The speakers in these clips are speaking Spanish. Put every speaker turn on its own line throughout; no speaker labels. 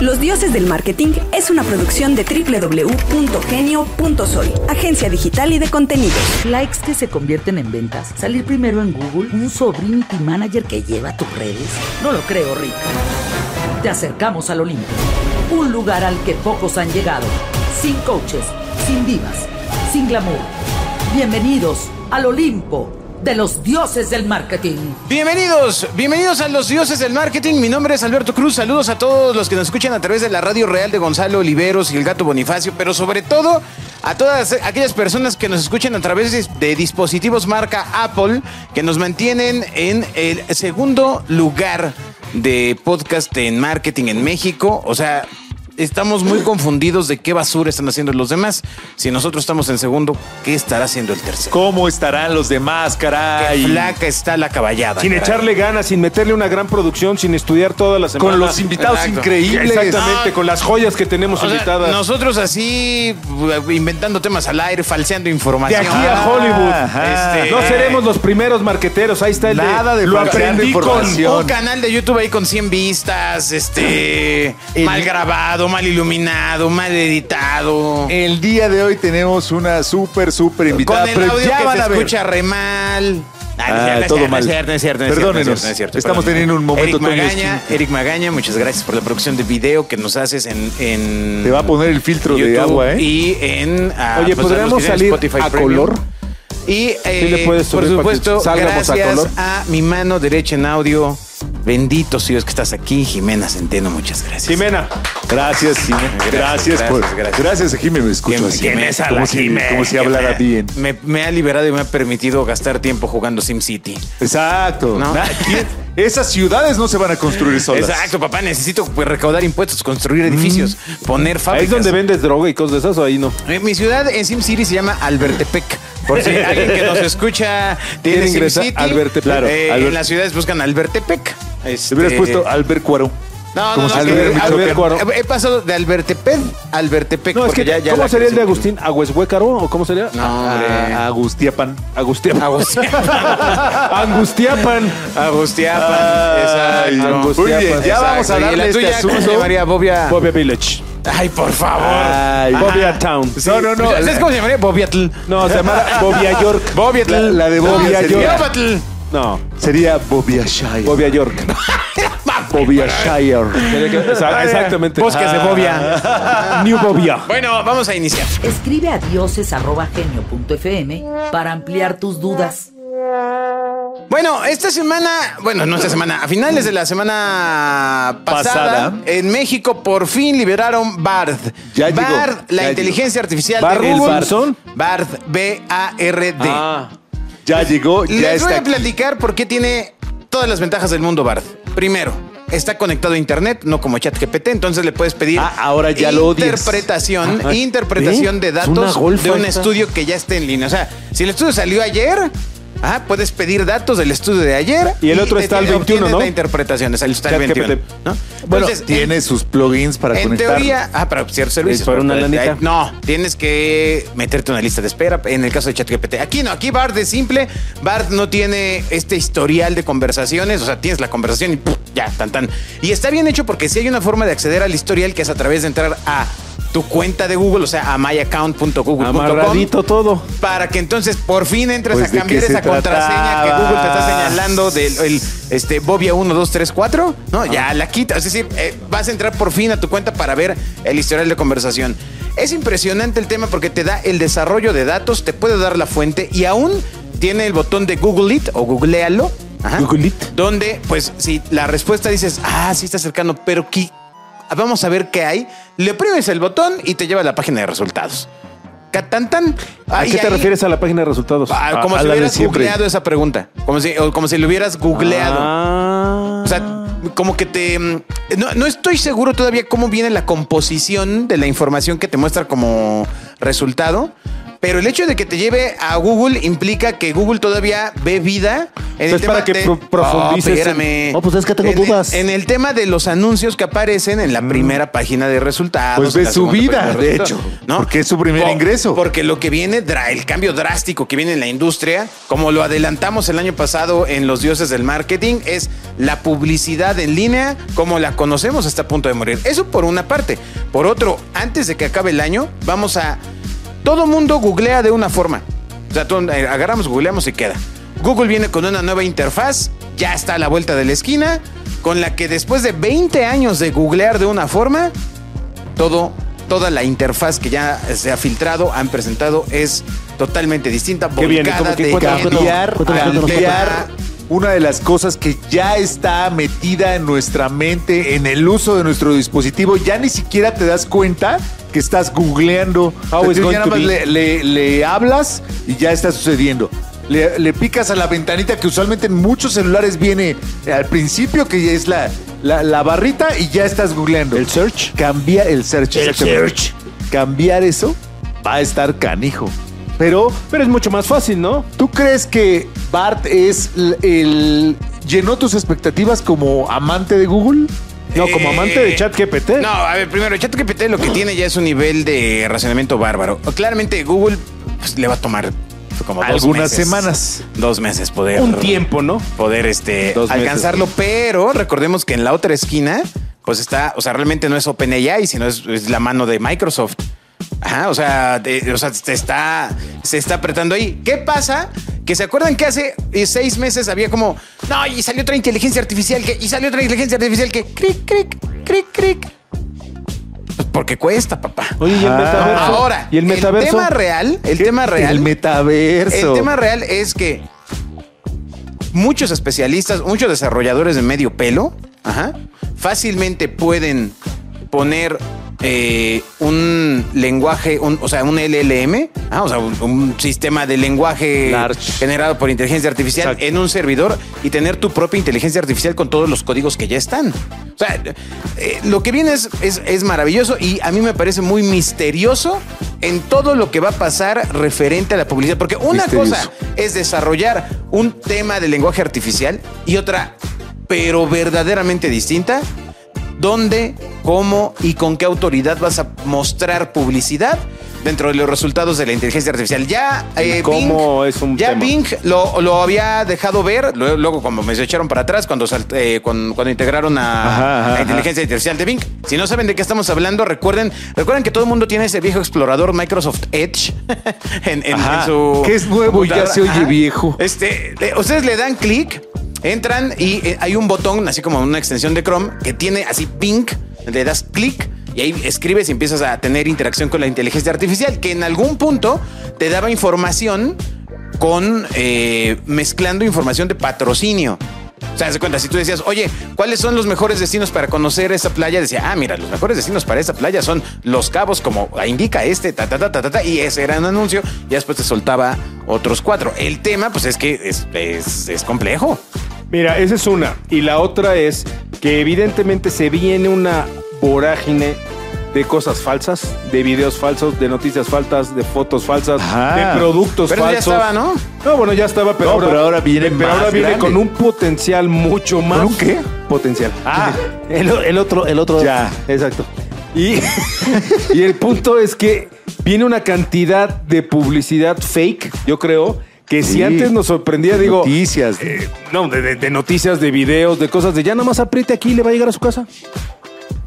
Los Dioses del Marketing es una producción de www.genio.soy, agencia digital y de contenidos.
Likes que se convierten en ventas. Salir primero en Google. Un sobrinity manager que lleva tus redes. No lo creo, Rick. Te acercamos al Olimpo. Un lugar al que pocos han llegado. Sin coaches, sin divas, sin glamour. Bienvenidos al Olimpo de los dioses del marketing.
Bienvenidos, bienvenidos a los dioses del marketing. Mi nombre es Alberto Cruz. Saludos a todos los que nos escuchan a través de la radio real de Gonzalo Oliveros y el gato Bonifacio, pero sobre todo a todas aquellas personas que nos escuchan a través de, de dispositivos marca Apple, que nos mantienen en el segundo lugar de podcast en marketing en México. O sea, estamos muy confundidos de qué basura están haciendo los demás. Si nosotros estamos en segundo, ¿qué estará haciendo el tercero?
¿Cómo estarán los demás, caray?
Qué flaca está la caballada.
Sin
caray.
echarle ganas, sin meterle una gran producción, sin estudiar todas las semanas.
Con los invitados
Exacto.
increíbles.
Exactamente, con las joyas que tenemos
O sea,
invitadas.
nosotros así eh, inventando temas al aire, falseando
de
información. Ah,
aquí a Hollywood.
Ajá.
Este,
no seremos los primeros marqueteros. Ahí está el de-
Nada de
Lo
falsear
aprendí con.
información.
un canal de YouTube ahí con 100 vistas, este mal grabado, mal iluminado, mal editado.
El día de hoy tenemos una súper, súper invitada.
con el
pero
audio
ya
que
van
se
a ver.
escucha re mal. Ah, no es
Ah,
cierto, no es
todo
cierto, no
mal.
es cierto, no es cierto, no es
Perdónenos.
cierto, no es cierto,
Estamos
perdónenos.
teniendo un momento,
Eric
Toño
Magaña,
Esquinca.
Eric Magaña, muchas gracias por la producción de video que nos haces en, en
Te va a poner el filtro de
YouTube
agua, ¿eh?
Y en. ah,
Oye,
pues, a los
¿podríamos
que tienen
salir
Spotify
a
Premium.
color?
Y eh,
le puedes
por
subir para que
supuesto,
salgamos a
gracias a,
color?
mi mano derecha en audio. Bendito sea Dios que estás aquí, Jimena Centeno, muchas gracias.
Jimena.
Gracias, Jimé.
Gracias,
Gracias, por-
gracias, gracias.
gracias, Jimé. Me escucho
¿Quién-
así.
quién es a
como,
la
si,
Jimé?
como si
Que
hablara
me-
bien.
Me, me ha liberado y me ha permitido gastar tiempo jugando SimCity.
Exacto.
No.
Na- ¿quién- Esas ciudades no se van a construir solas.
Exacto, papá, necesito pues, recaudar impuestos, construir edificios, poner
Mm. Ahí es
fábricas.
donde vendes droga y cosas de esas, o ahí no.
Eh, Mi ciudad en SimCity se llama Albertepec. Por si alguien que nos escucha tiene
Quiere ingresar
SimCity,
a Albertepec.
claro,
Eh,
Albert- en
Albert-
las ciudades buscan Albertepec. Este,
Te hubieras puesto Albert Cuarón.
No, no,
como
no,
si
es
estuviera
que-
en Michoacán.
Albert- he pasado de Albertepec a Albertepec.
No, es
porque
que,
ya- ya
¿cómo
la-
sería el de Agustín? ¿Agüeshuécaro o cómo sería? Ah,
No, hombre.
A Agustiapan.
Agustiapan. Angustiapan.
Agustiapan.
Ay,
exacto.
Angustiapan.
Muy bien, ya
Exacto.
vamos a
Y la
darle este
tuya, ¿cómo se
asunto.
llamaría Bobia?
Bobia Village.
Ay, por favor.
Ay,
Ajá.
Bobia Town.
No, no, no.
¿Sabes cómo se llamaría? Bobiatl.
No, se llama Bobia York.
La,
Bobiatl.
la de Bobia
No,
York.
señor.
Bobiatl.
No,
Sería Bobia Shire.
Bobia York.
Bobia Shire.
Sería que- exa- Exactamente.
Ah,
Ah,
Bosques de Bobia.
New Bobia.
Bueno, vamos a iniciar.
Escribe a dioses.genio.fm para ampliar tus dudas.
Bueno, esta semana, bueno, no esta semana, a finales de la semana pasada,
Pasada.
en México por fin liberaron BARD.
Ya llegó,
BARD, la
ya
inteligencia artificial
¿Bard
de
Wilson?
BARD, B-A-R-D.
Ah,
Ya llegó, ya
Les voy a
está. aquí.
platicar por qué tiene todas las ventajas del mundo BARD. Primero, está conectado a internet, no como ChatGPT, entonces le puedes pedir
Ah, ahora ya lo odias.
interpretación,
Ajá.
interpretación
¿Ve?
de
Es una
datos
golfa
de un
esta.
estudio que ya esté en línea. O sea, si el estudio salió ayer, ajá, puedes pedir datos del estudio de ayer
Y el otro
te
está al
tiene-
21,
obtienes
¿no?
la interpretación, o sea, está el
ChatGPT.
21, ¿no?
Bueno,
Entonces,
tiene sus plugins para
en
conectar.
teoría, ah, para ciertos servicios.
para una lanita.
No, tienes que meterte una lista de espera en el caso de ChatGPT. Aquí no, aquí Bard es simple. Bard no tiene este historial de conversaciones, o sea, tienes la conversación y ¡puf! ya, tan tan. Y está bien hecho porque sí hay una forma de acceder al historial que es a través de entrar a tu cuenta de Google, o sea, a myaccount.google.com
amarradito todo.
para que entonces por fin entres
Pues,
a
¿de
cambiar
qué se
esa contraseña que
trataba?
Google te está señalando del el, este, Bobia 1234, ¿no?
Ah.
Ya la quita. Es decir, eh, vas a entrar por fin a tu cuenta para ver el historial de conversación. Es impresionante el tema porque te da el desarrollo de datos, te puede dar la fuente y aún tiene el botón de Google It o googlealo. ajá,
Google It.
Donde, pues, si la respuesta dices, ah, sí está cercano, pero ¿qué? vamos a ver qué hay, le oprimes el botón y te lleva a la página de resultados. Catantan.
¿A qué te refieres a la página de resultados?
Ah,
A-
como
a
si
la de
hubieras
siempre.
googleado esa pregunta. Como si, o como si lo hubieras googleado.
Ah.
O sea, como que te. mm, No, no estoy seguro todavía cómo viene la composición de la información que te muestra como resultado. Pero el hecho de que te lleve a Google implica que Google todavía ve vida en
Pues
el tema
para que
de-
pro- profundices en-
Oh, espérame.
No, pues es que tengo
En el-
dudas.
En el tema de los anuncios que aparecen en la
Mm.
primera página de resultados.
Pues ve
en la
su
segunda
vida,
página
de
resultados,
hecho, porque es su primer ingreso.
Porque lo que viene, dra- el cambio drástico que viene en la industria, como lo adelantamos el año pasado en Los Dioses del Marketing, es la publicidad en línea como la conocemos hasta a punto de morir. Eso por una parte. Por otro, antes de que acabe el año, vamos a... Todo mundo googlea de una forma. O sea, todo- eh, agarramos, googleamos y queda. Google viene con una nueva interfaz, ya está a la vuelta de la esquina, con la que después de 20 años de googlear de una forma, todo, toda la interfaz que ya se ha filtrado, han presentado, es totalmente distinta,
Qué bien,
volcada
¿cómo que
de
cuenta?
cambiar,
Cuéntame, cuéntame,
cambiar
cuéntame.
una de las cosas que ya está metida en nuestra mente, en el uso de nuestro dispositivo, ya ni siquiera te das cuenta que estás googleando. O
How
sea,
it's
tú
going
ya nada
to
más
be.
le, le- le hablas y ya está sucediendo. Le, le picas a la ventanita que usualmente en muchos celulares viene eh, al principio, que ya es la, la, la barrita y ya estás googleando.
El search.
Cambiar el search.
El
exactamente.
search.
Cambiar eso va a estar canijo. Pero
Pero es mucho más fácil, ¿no?
¿Tú crees que Bart es l- el, llenó tus expectativas como amante de Google?
No, como amante de
Eh,
ChatGPT.
No, a ver, primero, ChatGPT lo que tiene ya es un nivel de racionamiento bárbaro. Claramente Google pues, le va a tomar pues, como dos
Algunas
meses,
semanas.
Dos meses poder.
Un tiempo, ¿no?
Poder este,
Dos meses.
alcanzarlo, pero recordemos que en la otra esquina, pues está, o sea, realmente no es OpenAI, sino es, es la mano de Microsoft. Ajá, o sea, de- o sea, se está, se está apretando ahí. ¿Qué pasa? Que se acuerdan que hace eh, seis meses había como, no, y salió otra inteligencia artificial que, y salió otra inteligencia artificial que, cric, cric, cric, cric. Pues porque cuesta, papá.
Oye, ¿y el
Ah.
metaverso?
Ahora,
¿Y el metaverso?
tema real, el
¿Qué?
tema real,
El metaverso.
el tema real es que muchos especialistas, muchos desarrolladores de medio pelo, ajá, fácilmente pueden poner eh, un lenguaje, un- o sea, un LLM, ah, o sea, un, un sistema de lenguaje
Large.
generado por inteligencia artificial
Exacto.
en un servidor y tener tu propia inteligencia artificial con todos los códigos que ya están. O sea, eh, lo que viene es, es, es maravilloso y a mí me parece muy misterioso en todo lo que va a pasar referente a la publicidad. Porque una
Misterioso.
cosa es desarrollar un tema de lenguaje artificial y otra, pero verdaderamente distinta, dónde, cómo y con qué autoridad vas a mostrar publicidad dentro de los resultados de la inteligencia artificial. Ya eh,
cómo
Bing,
es un
ya
tema.
Bing lo, lo había dejado ver, lue- luego como me se echaron para atrás cuando, salt- eh, cuando, cuando integraron a
Ajá, ajá,
la
ajá.
inteligencia artificial de Bing. Si no saben de qué estamos hablando, recuerden, recuerden que todo el mundo tiene ese viejo explorador Microsoft Edge en, en-
Ajá,
en su...
que es nuevo y ya se oye
computadora.
viejo.
Este, le- ustedes le dan clic, entran y eh, hay un botón, así como una extensión de Chrome, que tiene así pink, le das clic y ahí escribes y empiezas a tener interacción con la inteligencia artificial, que en algún punto te daba información con eh, mezclando información de patrocinio. O sea, haz de cuenta, si tú decías, oye, ¿cuáles son los mejores destinos para conocer esta playa? Decía, ah, mira, los mejores destinos para esta playa son Los Cabos, como indica este, ta, ta, ta, ta, ta, ta, y ese era un anuncio, y después te soltaba otros cuatro. El tema, pues es que es, es- es complejo.
Mira, esa es una. Y la otra es que evidentemente se viene una vorágine de cosas falsas, de videos falsos, de noticias falsas, de fotos falsas,
Ajá.
de productos
Pero eso ya
falsos.
estaba, ¿no?
No, bueno, ya estaba, pero,
No,
ahora,
pero ahora viene
pero
más
ahora viene
grande.
con un potencial mucho más.
¿Con un qué?
Potencial.
Ah,
El, el otro, el otro.
Ya.
Exacto. Y, y el punto es que viene una cantidad de publicidad fake, yo creo, que si
Sí.
antes nos sorprendía, digo.
Noticias.
eh, no, de, de- de noticias, de videos, de cosas de ya nomás apriete aquí y le va a llegar a su casa.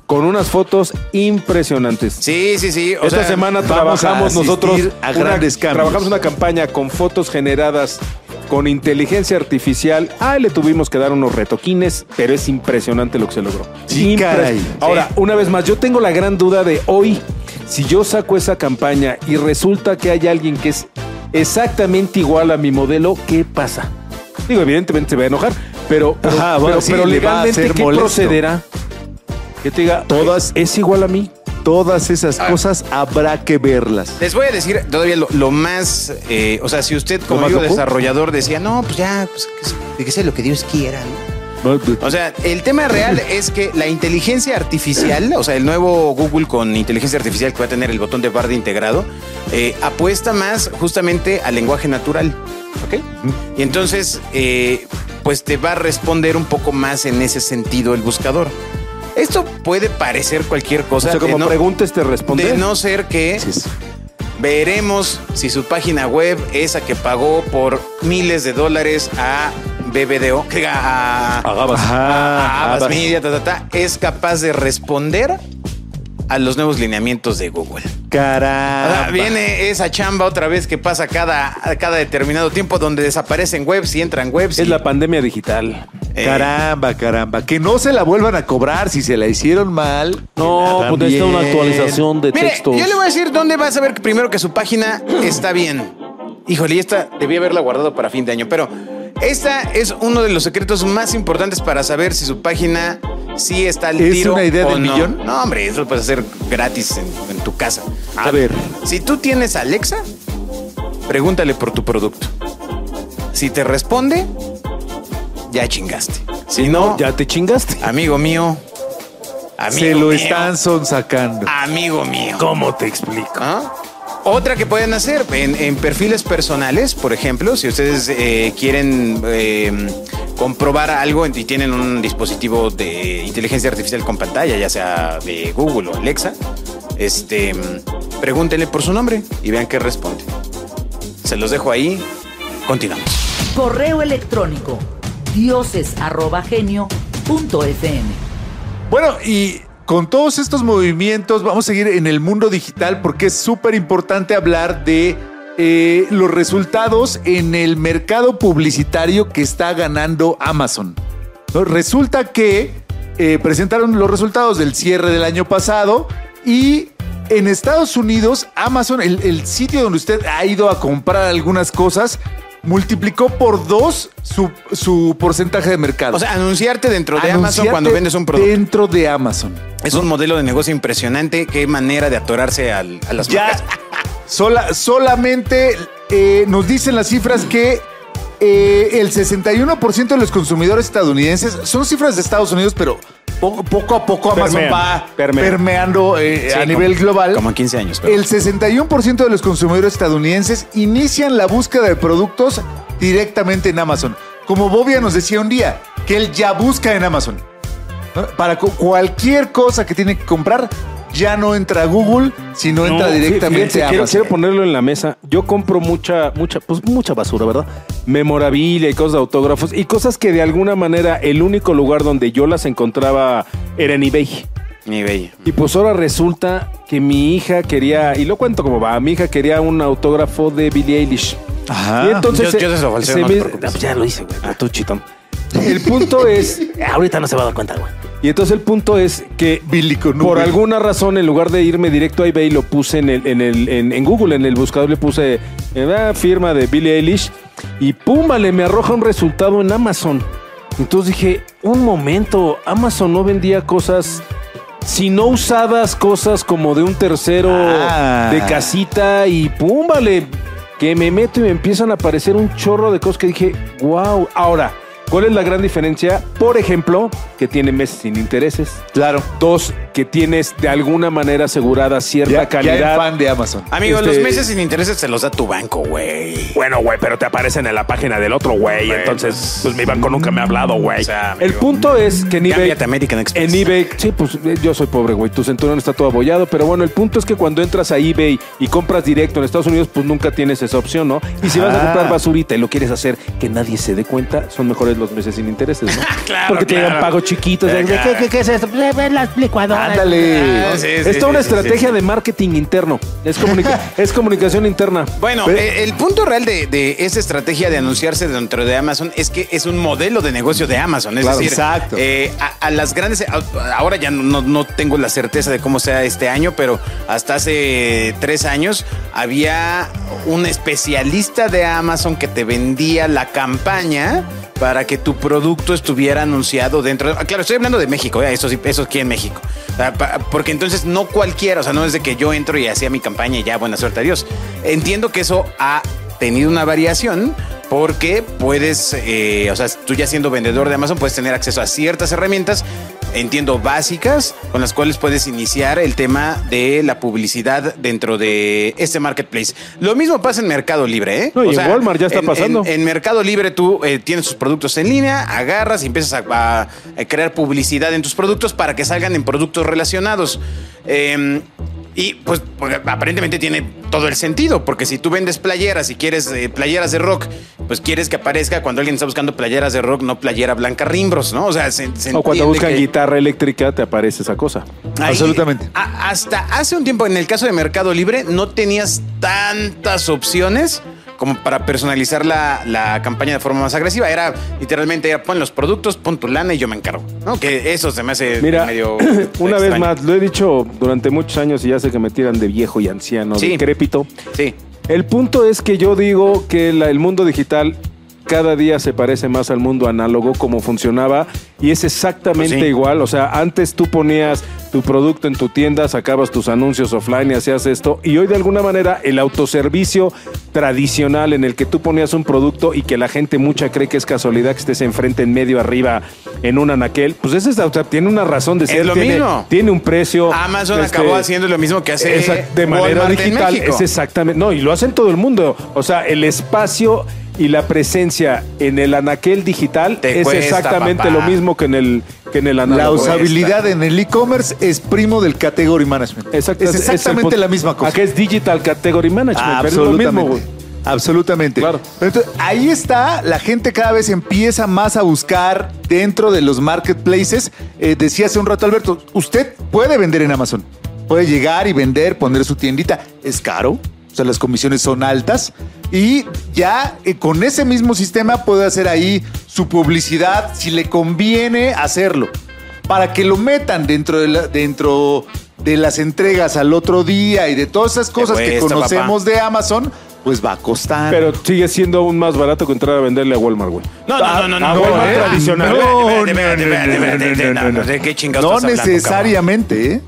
Con unas fotos impresionantes.
Sí, sí, sí. O
Esta
sea,
semana
vamos a
trabajamos
asistir
nosotros
a grandes cambios.
Trabajamos una campaña con fotos generadas con inteligencia artificial. Ah, le tuvimos que dar unos retoquines, pero es impresionante lo que se logró.
Sí,
Impres-
caray.
Ahora, una vez más, yo tengo la gran duda de hoy, si yo saco esa campaña y resulta que hay alguien que es exactamente igual a mi modelo, ¿qué pasa? Digo, evidentemente se va a enojar, pero, pero,
Ajá, bueno,
pero-
sí,
pero
le va a
legalmente,
hacer
¿qué
molesto.
procederá? Que te diga,
Todas-
es igual a mí.
Todas esas
Ah.
cosas habrá que verlas.
Les voy a decir todavía lo, lo más, eh, o sea, si usted como
más
amigo
loco?
desarrollador decía, no, pues ya, pues, que, se- que sea lo que Dios quiera, ¿no? O sea, el tema real es que la inteligencia artificial, o sea, el nuevo Google con inteligencia artificial que va a tener el botón de barra integrado, eh, apuesta más justamente al lenguaje natural. ¿Ok? Y entonces, eh, pues te va a responder un poco más en ese sentido el buscador. Esto puede parecer cualquier cosa.
O sea,
de
como
no-
preguntes te responde.
de no ser que veremos si su página web, esa que pagó por miles de dólares a BBDO, que diga, a,
Agabas.
a Abbas Media, ta, ta, ta, es capaz de responder a los nuevos lineamientos de Google.
Caramba.
Ahora viene esa chamba otra vez que pasa cada, cada determinado tiempo donde desaparecen webs y entran webs.
Es
y-
la pandemia digital.
eh,
Caramba, caramba. Que no se la vuelvan a cobrar si se la hicieron mal.
No,
que la hagan
pues necesita una
bien.
actualización de
Mire,
textos.
yo le voy a decir dónde va a saber que primero que su página está bien. Híjole, y esta debí haberla guardado para fin de año, pero esta es uno de los secretos más importantes para saber si su página sí está al
¿Es
tiro
una idea
o
del
no.
millón?
No, hombre, eso lo puedes hacer gratis en, en tu casa.
A ver.
Si tú tienes Alexa, pregúntale por tu producto. Si te responde, ya chingaste. Si no,
Ya te chingaste.
amigo mío, amigo
se lo
mío,
están sonsacando.
amigo mío.
¿Cómo te explico?
¿Ah? Otra que pueden hacer en, en perfiles personales, por ejemplo, si ustedes eh, quieren eh, comprobar algo y tienen un dispositivo de inteligencia artificial con pantalla, ya sea de Google o Alexa, este, pregúntenle por su nombre y vean qué responde. Se los dejo ahí. Continuamos.
Correo electrónico dioses@genio.fm.
Bueno, y con todos estos movimientos vamos a seguir en el mundo digital porque es súper importante hablar de eh, los resultados en el mercado publicitario que está ganando Amazon. ¿no? Resulta que eh, presentaron los resultados del cierre del año pasado y en Estados Unidos Amazon, el, el sitio donde usted ha ido a comprar algunas cosas, multiplicó por dos su, su porcentaje de mercado.
O sea, anunciarte dentro de Amazon
Anunciarte
cuando vendes un producto.
Dentro de Amazon.
Es un modelo de negocio impresionante. Qué manera de atorarse al- a las marcas.
Ya. Sola- solamente eh, nos dicen las cifras que eh, el 61% de los consumidores estadounidenses son cifras de Estados Unidos, pero po- poco a poco Amazon
Permean,
va
permean.
permeando eh,
Sí,
a
como-
nivel global.
Como en 15 años. pero-
El 61% de los consumidores estadounidenses inician la búsqueda de productos directamente en Amazon. Como Bobia nos decía un día, que él ya busca en Amazon. ¿No? Para cu- cualquier cosa que tiene que comprar, ya no entra a Google, sino entra
No,
directamente
fíjense,
a
quiero,
Amazon.
quiero ponerlo en la mesa. Yo compro mucha, mucha, pues mucha basura, ¿verdad? Memorabilia y cosas de autógrafos y cosas que de alguna manera el único lugar donde yo las encontraba era en eBay.
Mi bella.
Y pues ahora resulta que mi hija quería, y lo cuento como va, mi hija quería un autógrafo de Billie Eilish.
Ajá.
Y entonces
Yo- yo se lo falseo, no te preocupes.
ya lo hice, güey. Tú chitón. El punto es,
Ahorita no se va a dar cuenta, güey.
y entonces el punto es que
Billy con
por
V.
alguna razón, en lugar de irme directo a eBay, lo puse en, el, en, el, en, en Google, en el buscador le puse eh, ah, firma de Billie Eilish y púmbale, me arroja un resultado en Amazon. Entonces dije, un momento, Amazon no vendía cosas, si no usadas, cosas como de un tercero
Ah.
de casita y púmbale, que me meto y me empiezan a aparecer un chorro de cosas que dije, wow, ahora. ¿Cuál es la gran diferencia? Por ejemplo, que tiene meses sin intereses.
Claro.
Dos, que tienes de alguna manera asegurada cierta
Ya, ya
calidad.
en fan de Amazon.
Amigo,
Este-
los meses sin intereses se los da tu banco, güey.
Bueno, güey, pero te aparecen en la página del otro, güey. Entonces, pues mi banco nunca me ha hablado, güey.
O sea, amigo,
el punto es que en eBay.
Cámbiate a American Express.
En eBay, sí, pues eh, yo soy pobre, güey. Tu cinturón está todo abollado. Pero bueno, el punto es que cuando entras a eBay y compras directo en Estados Unidos, pues nunca tienes esa opción, ¿no? Y si vas a
Ah.
comprar basurita y lo quieres hacer que nadie se dé cuenta, son mejores los meses sin intereses, ¿no?
Claro,
Porque te llegan
claro.
pagos chiquitos.
Eh,
¿de qué-
claro.
qué- qué es esto?
Pues, eh, ve las licuadoras.
Ándale.
Ah, sí, sí,
Esta es
sí,
una
sí,
estrategia
sí.
de marketing interno. Es, comunica- es comunicación interna.
Bueno, eh, el punto real de, de esa estrategia de anunciarse dentro de Amazon es que es un modelo de negocio de Amazon. Es
Claro,
decir,
exacto.
eh, a, a las grandes. a- ahora ya no, no- no tengo la certeza de cómo sea este año, pero hasta hace tres años había un especialista de Amazon que te vendía la campaña para que tu producto estuviera anunciado dentro. de- ah, Claro, estoy hablando de México, eh, eso sí, eso aquí en México. Ah, pa- Porque entonces no cualquiera, o sea, no es de que yo entro y hacía mi campaña y ya, buena suerte a Dios. Entiendo que eso ha tenido una variación, Porque puedes, eh, o sea, tú ya siendo vendedor de Amazon puedes tener acceso a ciertas herramientas, entiendo básicas, con las cuales puedes iniciar el tema de la publicidad dentro de este marketplace. Lo mismo pasa en Mercado Libre, ¿eh?
No, y en Walmart ya está
en-
pasando.
En, en Mercado Libre tú eh, tienes tus productos en línea, agarras y empiezas a, a- a crear publicidad en tus productos para que salgan en productos relacionados. Eh, y pues porque aparentemente tiene todo el sentido, porque si tú vendes playeras y quieres eh, playeras de rock, pues quieres que aparezca cuando alguien está buscando playeras de rock, no playera blanca rimbros, ¿no? O sea, se, se
O
entiende
cuando buscan
que-
guitarra eléctrica te aparece esa cosa.
Ahí,
Absolutamente.
a- hasta hace un tiempo, en el caso de Mercado Libre, no tenías tantas opciones como para personalizar la, la campaña de forma más agresiva. Era literalmente, era, pon los productos, pon tu lana y yo me encargo. ¿no? Que eso se me hace
Mira,
medio
una vez
extraño.
más, lo he dicho durante muchos años y ya sé que me tiran de viejo y anciano,
Sí.
decrépito.
Sí.
El punto es que yo digo que la- el mundo digital cada día se parece más al mundo análogo como funcionaba y es exactamente
Pues sí.
igual. O sea, antes tú ponías tu producto en tu tienda, sacabas tus anuncios offline y hacías esto. Y hoy de alguna manera el autoservicio tradicional en el que tú ponías un producto y que la gente mucha cree que es casualidad que estés enfrente, en medio, arriba, en un anaquel, pues ese es, o sea, tiene una razón de
Es
ser.
lo
tiene,
mismo.
tiene un precio.
Amazon
este,
acabó haciendo lo mismo que hace
Exact- de manera
Walmart en
digital.
México.
Es exactamente. No, y lo hacen todo el mundo. O sea, el espacio y la presencia en el anaquel digital
Te
es
cuesta,
exactamente
papá.
lo mismo que en el que en el
La
análogo.
usabilidad en el e-commerce es primo del category management.
Exacto,
es
el
exactamente
punto.
la misma cosa.
Acá es digital category management, pero es lo mismo, güey.
Ah, Absolutamente.
Claro.
Pero entonces, ahí está, la gente cada vez empieza más a buscar dentro de los marketplaces. Eh, decía hace un rato Alberto, usted puede vender en Amazon. Puede llegar y vender, poner su tiendita. Es caro, o sea, las comisiones son altas. Y ya eh, con ese mismo sistema puede hacer ahí su publicidad si le conviene hacerlo. Para que lo metan dentro de, la- dentro de las entregas al otro día y de todas esas cosas que
cuesta, papá.
conocemos de Amazon, pues va a costar.
Pero sigue siendo aún más barato que entrar a venderle a Walmart, güey.
No, no, no, no,
A
no,
Walmart
eh.
tradicional.
No, Espérate, espérate, espérate, espérate, espérate, no, no, ¿de qué chingados
No
estás hablando,
necesariamente, ¿eh?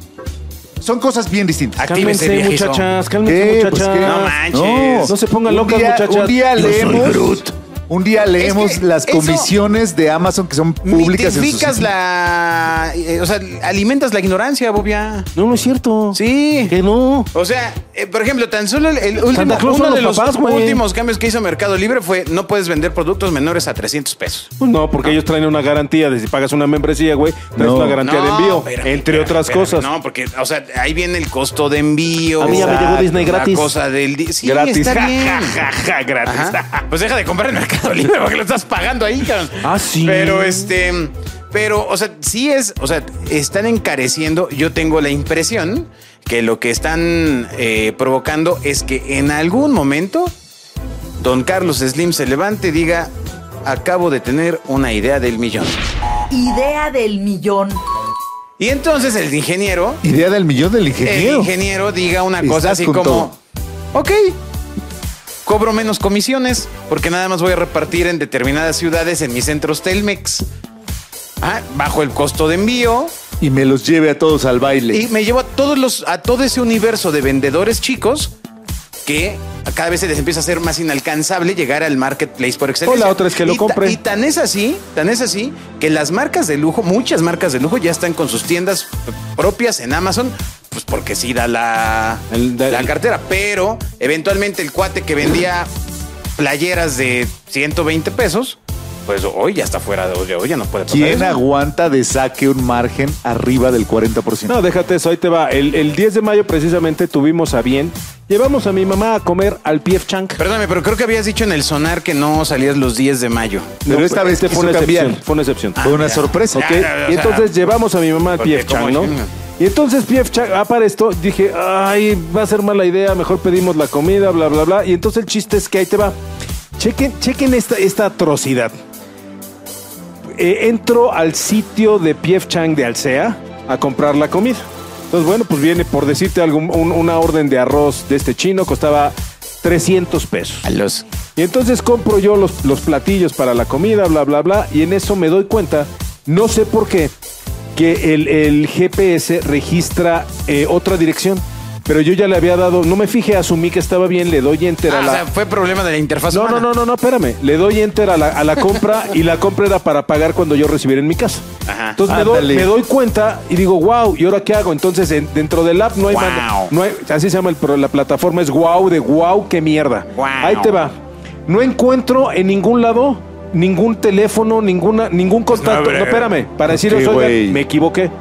Son cosas bien distintas.
Actívese,
Cálmense,
viejizo.
muchachas,
¿Qué?
cálmense,
Pues,
muchachas.
¿qué?
No manches.
No se pongan
Un
locas,
día-
muchachas.
Un día
Yo soy
leemos,
Groot.
un día leemos
que
las
eso-
comisiones de Amazon que son públicas. en sus
Mitificas
sitios.
la... eh, o sea, alimentas la ignorancia, Bobia.
No, no es cierto.
Sí.
Que no.
O sea, eh, por ejemplo, tan solo el- el último,
Claus
uno
son
de
los
los
papás, güey.
últimos cambios que hizo Mercado Libre fue no puedes vender productos menores a 300 pesos.
Pues No, porque ellos traen una garantía de si pagas una membresía, güey, traes
No.
una garantía de
No,
envío,
espérame,
entre
espérame,
otras
espérame.
cosas.
No, porque, o sea, ahí viene el costo de envío.
A mí ya me
Exacto,
llegó Disney gratis.
La cosa del... di- Sí,
gratis.
está
Ja,
bien.
ja, ja, ja, gratis.
Ajá. Pues deja de comprar en Mercado Libre porque lo estás pagando ahí, cabrón.
Ah, sí.
Pero este. Pero, o sea, sí es. O sea, están encareciendo. Yo tengo la impresión que lo que están eh, provocando es que en algún momento Don Carlos Slim se levante y diga: Acabo de tener una idea del millón.
Idea del millón.
Y entonces el ingeniero,
Idea del millón del ingeniero.
el ingeniero diga una
Estás
cosa así
con
como:
todo.
Ok, cobro menos comisiones porque nada más voy a repartir en determinadas ciudades en mis centros Telmex. Ah, bajo el costo de envío
Y me los lleve a todos al baile.
y me llevo a todos los a todo ese universo de vendedores chicos que cada vez se les empieza a hacer más inalcanzable llegar al marketplace por excelencia.
O la otra es que lo
Y ta-
compre.
Y tan es así, tan es así que las marcas de lujo, muchas marcas de lujo ya están con sus tiendas propias en Amazon, pues porque sí da la,
El- da-
la cartera, pero eventualmente el cuate que vendía playeras de 120 pesos, pues hoy ya está fuera de hoy, ya no puede pagar
¿Quién
eso.
aguanta de saque un margen arriba del 40%?
No, déjate eso, ahí te va. El, el 10 de mayo precisamente tuvimos a bien. Llevamos a mi mamá a comer al Pief Chang.
Perdóname, pero creo que habías dicho en el sonar que no salías los 10 de mayo.
Pero esta vez
este
quiso
fue una
cambiar.
excepción. Fue una excepción.
Fue una sorpresa.
Ok,
Ah, Ya, ya, ya,
y
o sea,
entonces llevamos a mi mamá al
porque
Pief Chang,
como-
¿no? Y entonces Pief Chang, ah, para esto, dije, ay, va a ser mala idea, mejor pedimos la comida, bla, bla, bla. Y entonces el chiste es que ahí te va. Chequen, chequen esta, esta atrocidad. Eh, entro al sitio de Pief Chang de Alsea a comprar la comida. Entonces, bueno, pues viene, por decirte algo, un- una orden de arroz de este chino costaba 300 pesos.
A los.
Y entonces compro yo los, los platillos para la comida, bla, bla, bla. Y en eso me doy cuenta, no sé por qué, que el, el GPS registra eh, otra dirección. Pero yo ya le había dado, no me fijé, asumí que estaba bien, le doy enter
Ah,
a
o
la.
sea, fue problema de la interfaz.
no, no,
humana.
no, no, no, espérame. Le doy enter a la, a la compra y la compra era para pagar cuando yo recibiera en mi casa.
Ajá.
Entonces me doy,
Ándale.
me doy cuenta y digo, wow, ¿y ahora qué hago? Entonces en- dentro del app no hay,
Wow.
man- no hay- Así se llama el pro- la plataforma, es wow, de wow, qué mierda.
Wow.
Ahí te va. No encuentro en ningún lado ningún teléfono, ninguna, ningún contacto.
hombre.
no, espérame, para deciros,
Ok,
oigan,
güey.
me equivoqué.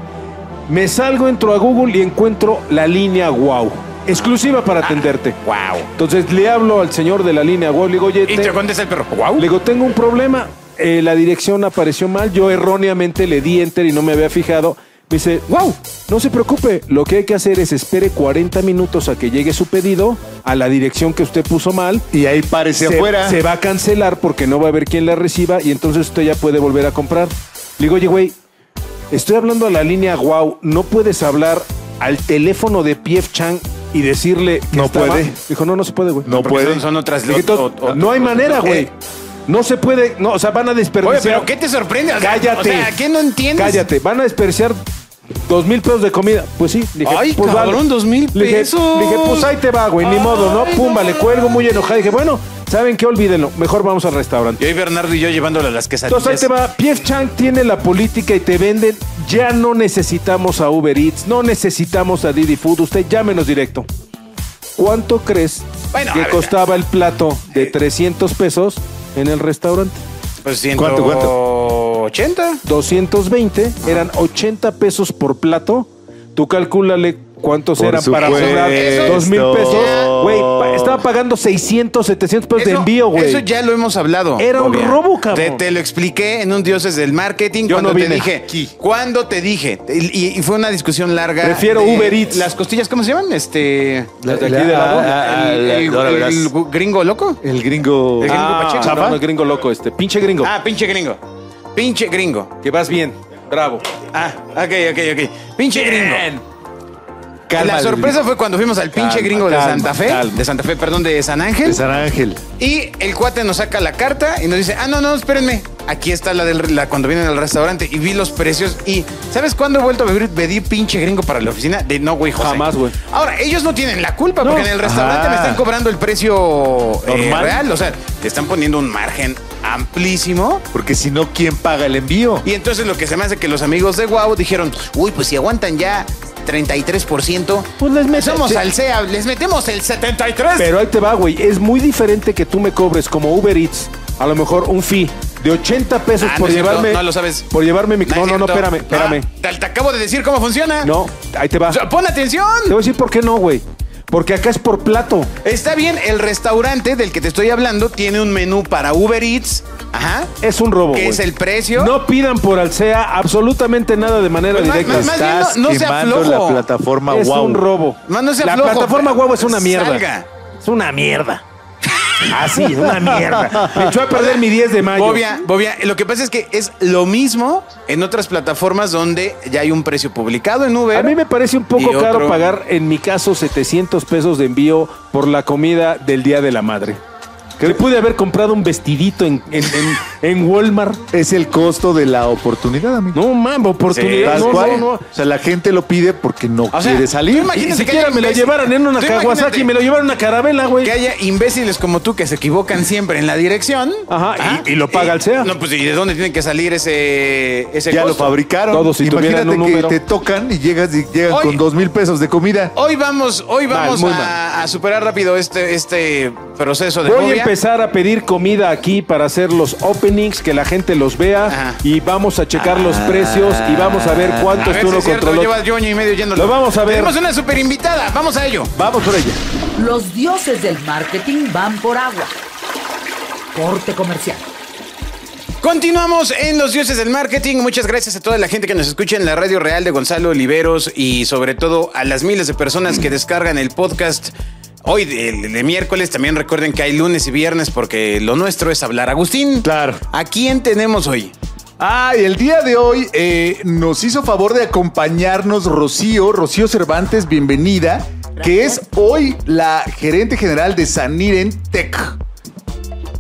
Me salgo, entro a Google y encuentro la línea wow. Exclusiva para atenderte.
Wow.
Entonces le hablo al señor de la línea wow, le digo, oye,
Y
te-
te contesta el perro.
le
Wow.
digo, tengo un problema. Eh, la dirección apareció mal. Yo erróneamente le di enter y no me había fijado. Me dice, wow, no se preocupe. Lo que hay que hacer es espere 40 minutos a que llegue su pedido a la dirección que usted puso mal.
Y ahí parece
se,
afuera.
se va a cancelar porque no va a haber quien la reciba y entonces usted ya puede volver a comprar. Le digo, oye, güey, estoy hablando a la línea wow. No puedes hablar al teléfono de Pief Chang y decirle que
No
estaba-".
puede.
Dijo, no, no se puede, güey.
no
porque
puede.
Son, son otras
Le dije,
lo-
"Entonces,
o- o-
no hay manera, güey.
Eh.
no se puede, no, o sea, van a
Oye,
desperdiciar.
pero ¿qué te sorprende? O sea,
Cállate.
O sea, ¿qué no entiendes?
Cállate, van a desperdiciar dos mil pesos de comida. Pues sí, le dije,
Ay,
pues
cabrón,
vale.
dos mil
Le dije-
pesos.
Le dije, pues ahí te va, güey, ni
Ay,
modo, ¿no?
no
Pumba, le cuelgo muy enojada. Dije, bueno, ¿saben qué? Olvídenlo, mejor vamos al
Y
restaurante.
hoy Bernardo y yo llevándole las quesadillas.
Entonces ahí te va, Pief Chang tiene la política y te venden. Ya no necesitamos a Uber Eats, no necesitamos a Didi Food. Usted llámenos directo. ¿Cuánto crees
Bueno, a
que
ver. eh,
costaba el plato de 300 pesos en el restaurante?
Pues
¿Cuánto,
180.
220 eran 80 pesos por plato. Tú calculale cuántos
Por
eran para
supuesto.
cobrar dos mil
Ya.
pesos. Güey, pa- estaba pagando 600, 700 pesos de
Eso-
envío, güey.
Eso ya lo hemos hablado.
Era un
Bobia.
robo, cabrón.
Te, te lo expliqué en un Dioses del Marketing
Yo
cuando
no
te
vine
dije.
aquí.
Cuando te dije. Y, y fue una discusión larga.
Prefiero Uber Eats.
Las costillas, ¿cómo se llaman? Este.
Las de aquí de la-
Ah,
el,
la-
el-
ahora
el-
verás.
el gringo loco.
El gringo.
El gringo
Ah,
Pacheco,
no,
¿Chapa?
no, el gringo loco este. Pinche gringo.
Ah, pinche gringo. Pinche gringo.
que vas bien. Bravo.
Ah, ok, ok, ok. Pinche gringo.
Calma,
la sorpresa fue cuando fuimos al pinche
Calma,
gringo de
calma,
Santa Fe.
calma.
De Santa Fe, perdón, de San Ángel.
De San Ángel.
Y el cuate nos saca la carta y nos dice, ah, no, no, espérenme. Aquí está la del la, cuando vienen al restaurante y vi los precios. Y ¿sabes cuándo he vuelto a pedir, pedir pinche gringo para la oficina? De no, güey, José.
Jamás, güey.
Ahora, ellos no tienen la culpa porque en el restaurante
Ajá.
me están cobrando el precio eh,
Normal.
real. O sea, te están poniendo un margen amplísimo.
Porque si no, ¿quién paga el envío?
Y entonces lo que se me hace que los amigos de Guau dijeron, uy, pues si aguantan ya 33%,
Pues les mete-
somos
sí.
al CEA, les metemos el 73%.
Pero ahí te va, güey. Es muy diferente que tú me cobres como Uber Eats, a lo mejor un fee de 80 pesos
Ah, no
por
es cierto,
llevarme.
no lo sabes.
Por llevarme mi.
es
No, no, no,
cierto.
espérame, espérame.
Ah, te, te acabo de decir cómo funciona.
No, ahí te va.
O sea, pon atención.
Te voy a decir por qué no, güey. Porque acá es por plato.
Está bien, el restaurante del que te estoy hablando tiene un menú para Uber Eats. Ajá.
Es un robo.
¿Qué
güey.
es el precio?
No pidan por Alsea absolutamente nada de manera
Pues más-
directa.
más- más bien no- no sea
quemando
flojo.
la plataforma
es
wow.
un robo.
Más no sea
la
flojo.
plataforma guau es una mierda.
Salga.
Es una mierda. Así, es una mierda.
Me echó a perder mi 10 de mayo.
Bobia, Bobia, lo que pasa es que es lo mismo en otras plataformas donde ya hay un precio publicado en Uber.
A mí me parece un
Y
poco
otro-
caro pagar, en mi caso, 700 pesos de envío por la comida del Día de la Madre. Que pude haber comprado un vestidito en, en, en- en Walmart.
Es el costo de la oportunidad, amigo.
No, mamba, oportunidad.
Tal
no,
cual.
no, no.
O sea, la gente lo pide porque no
O sea,
quiere
tú
salir.
imagínate
Ni
que
siquiera
haya
me la
imbécil.
llevaron en una
Tú
Kawasaki,
imagínate.
me lo llevaron en una carabela, güey.
Que haya imbéciles como tú que se equivocan siempre en la dirección.
Ajá, y- y lo paga el E SEA.
No, pues ¿y de dónde tiene que salir ese, ese
ya lo
costo?
fabricaron.
Todos si tuvieran
Imagínate
un
que
número.
te tocan y llegas y llegan
Oye.
con dos mil pesos de comida.
Hoy vamos, hoy
Mal,
vamos
muy
a, a superar rápido este, este proceso de
Voy a
fobia.
empezar a pedir comida aquí para hacer los openings, que la gente los vea
Ajá. Ah.
y vamos a checar los precios y vamos a ver
A
cuántos
ver
tú
si
no
es cierto,
controló.
lleva yo año y medio yéndolo.
Lo vamos a ver.
Tenemos una super invitada, vamos a ello.
Vamos por ella.
Los dioses del marketing van por agua. Corte comercial.
Continuamos en Los Dioses del Marketing. Muchas gracias a toda la gente que nos escucha en la Radio Real de Gonzalo Oliveros y sobre todo a las miles de personas que descargan el podcast. Hoy de, de miércoles también recuerden que hay lunes y viernes porque lo nuestro es hablar. Agustín,
Claro.
¿a quién tenemos hoy?
Ah, y el día de hoy eh, nos hizo favor de acompañarnos Rocío, Rocío Cervantes, bienvenida, que es hoy la gerente general de Saniren Tech.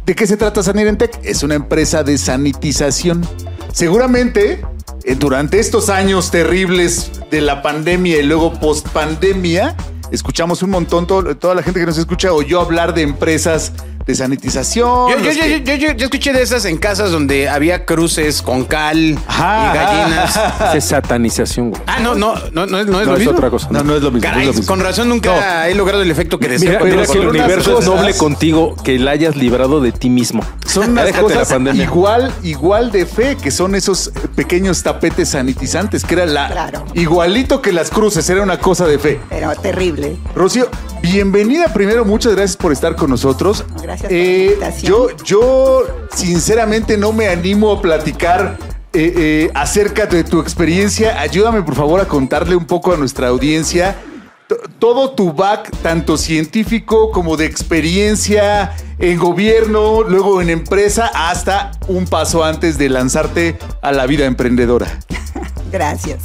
¿De qué se trata Saniren Tech? Es una empresa de sanitización. Seguramente eh, durante estos años terribles de la pandemia y luego post pandemia, escuchamos un montón, to- toda la gente que nos escucha oyó hablar de empresas de sanitización.
Yo, yo-
los
yo-
que-
yo- yo- yo escuché de esas en casas donde había cruces con cal
Ajá,
y gallinas.
Esa es satanización, güey.
Ah, no, no, no, no, es- no es
No,
lo
es
mismo.
otra cosa.
No, no es lo mismo.
Caray,
no es lo mismo.
con razón nunca he logrado el efecto que deseo.
Mira,
cuando
mira
lo
que el
conozco.
unas
universo es
cosas-
noble contigo, que la hayas librado de ti mismo.
Son unas
Déjate
cosas
la pandemia.
igual, igual de fe, que son esos pequeños tapetes sanitizantes, que era la
Claro.
igualito que las cruces, era una cosa de fe.
Pero terrible.
Rocío, bienvenida primero, muchas gracias por estar con nosotros. Eh,
Gracias por la invitación.
Yo, yo sinceramente no me animo a platicar eh, eh, acerca de tu experiencia. Ayúdame por favor a contarle un poco a nuestra audiencia t- todo tu back, tanto científico como de experiencia en gobierno, luego en empresa, hasta un paso antes de lanzarte a la vida emprendedora.
Gracias.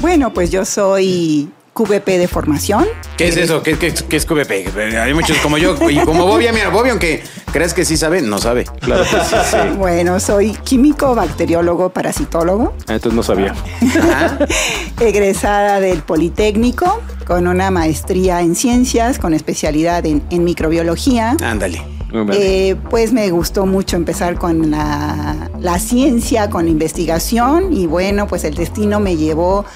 Bueno, pues yo soy QVP de formación.
¿Qué es eso? ¿Qué, qué- qué es QVP? Hay muchos como yo y como Bobia. Mira, Bobia, aunque creas que sí sabe, no sabe.
Bueno, soy químico, bacteriólogo, parasitólogo,
Ah, Entonces no sabía.
egresada del Politécnico, con una maestría en ciencias, con especialidad en, en microbiología.
Ándale.
Eh, pues me gustó mucho empezar con la, la ciencia, con la investigación y bueno, pues el destino me llevó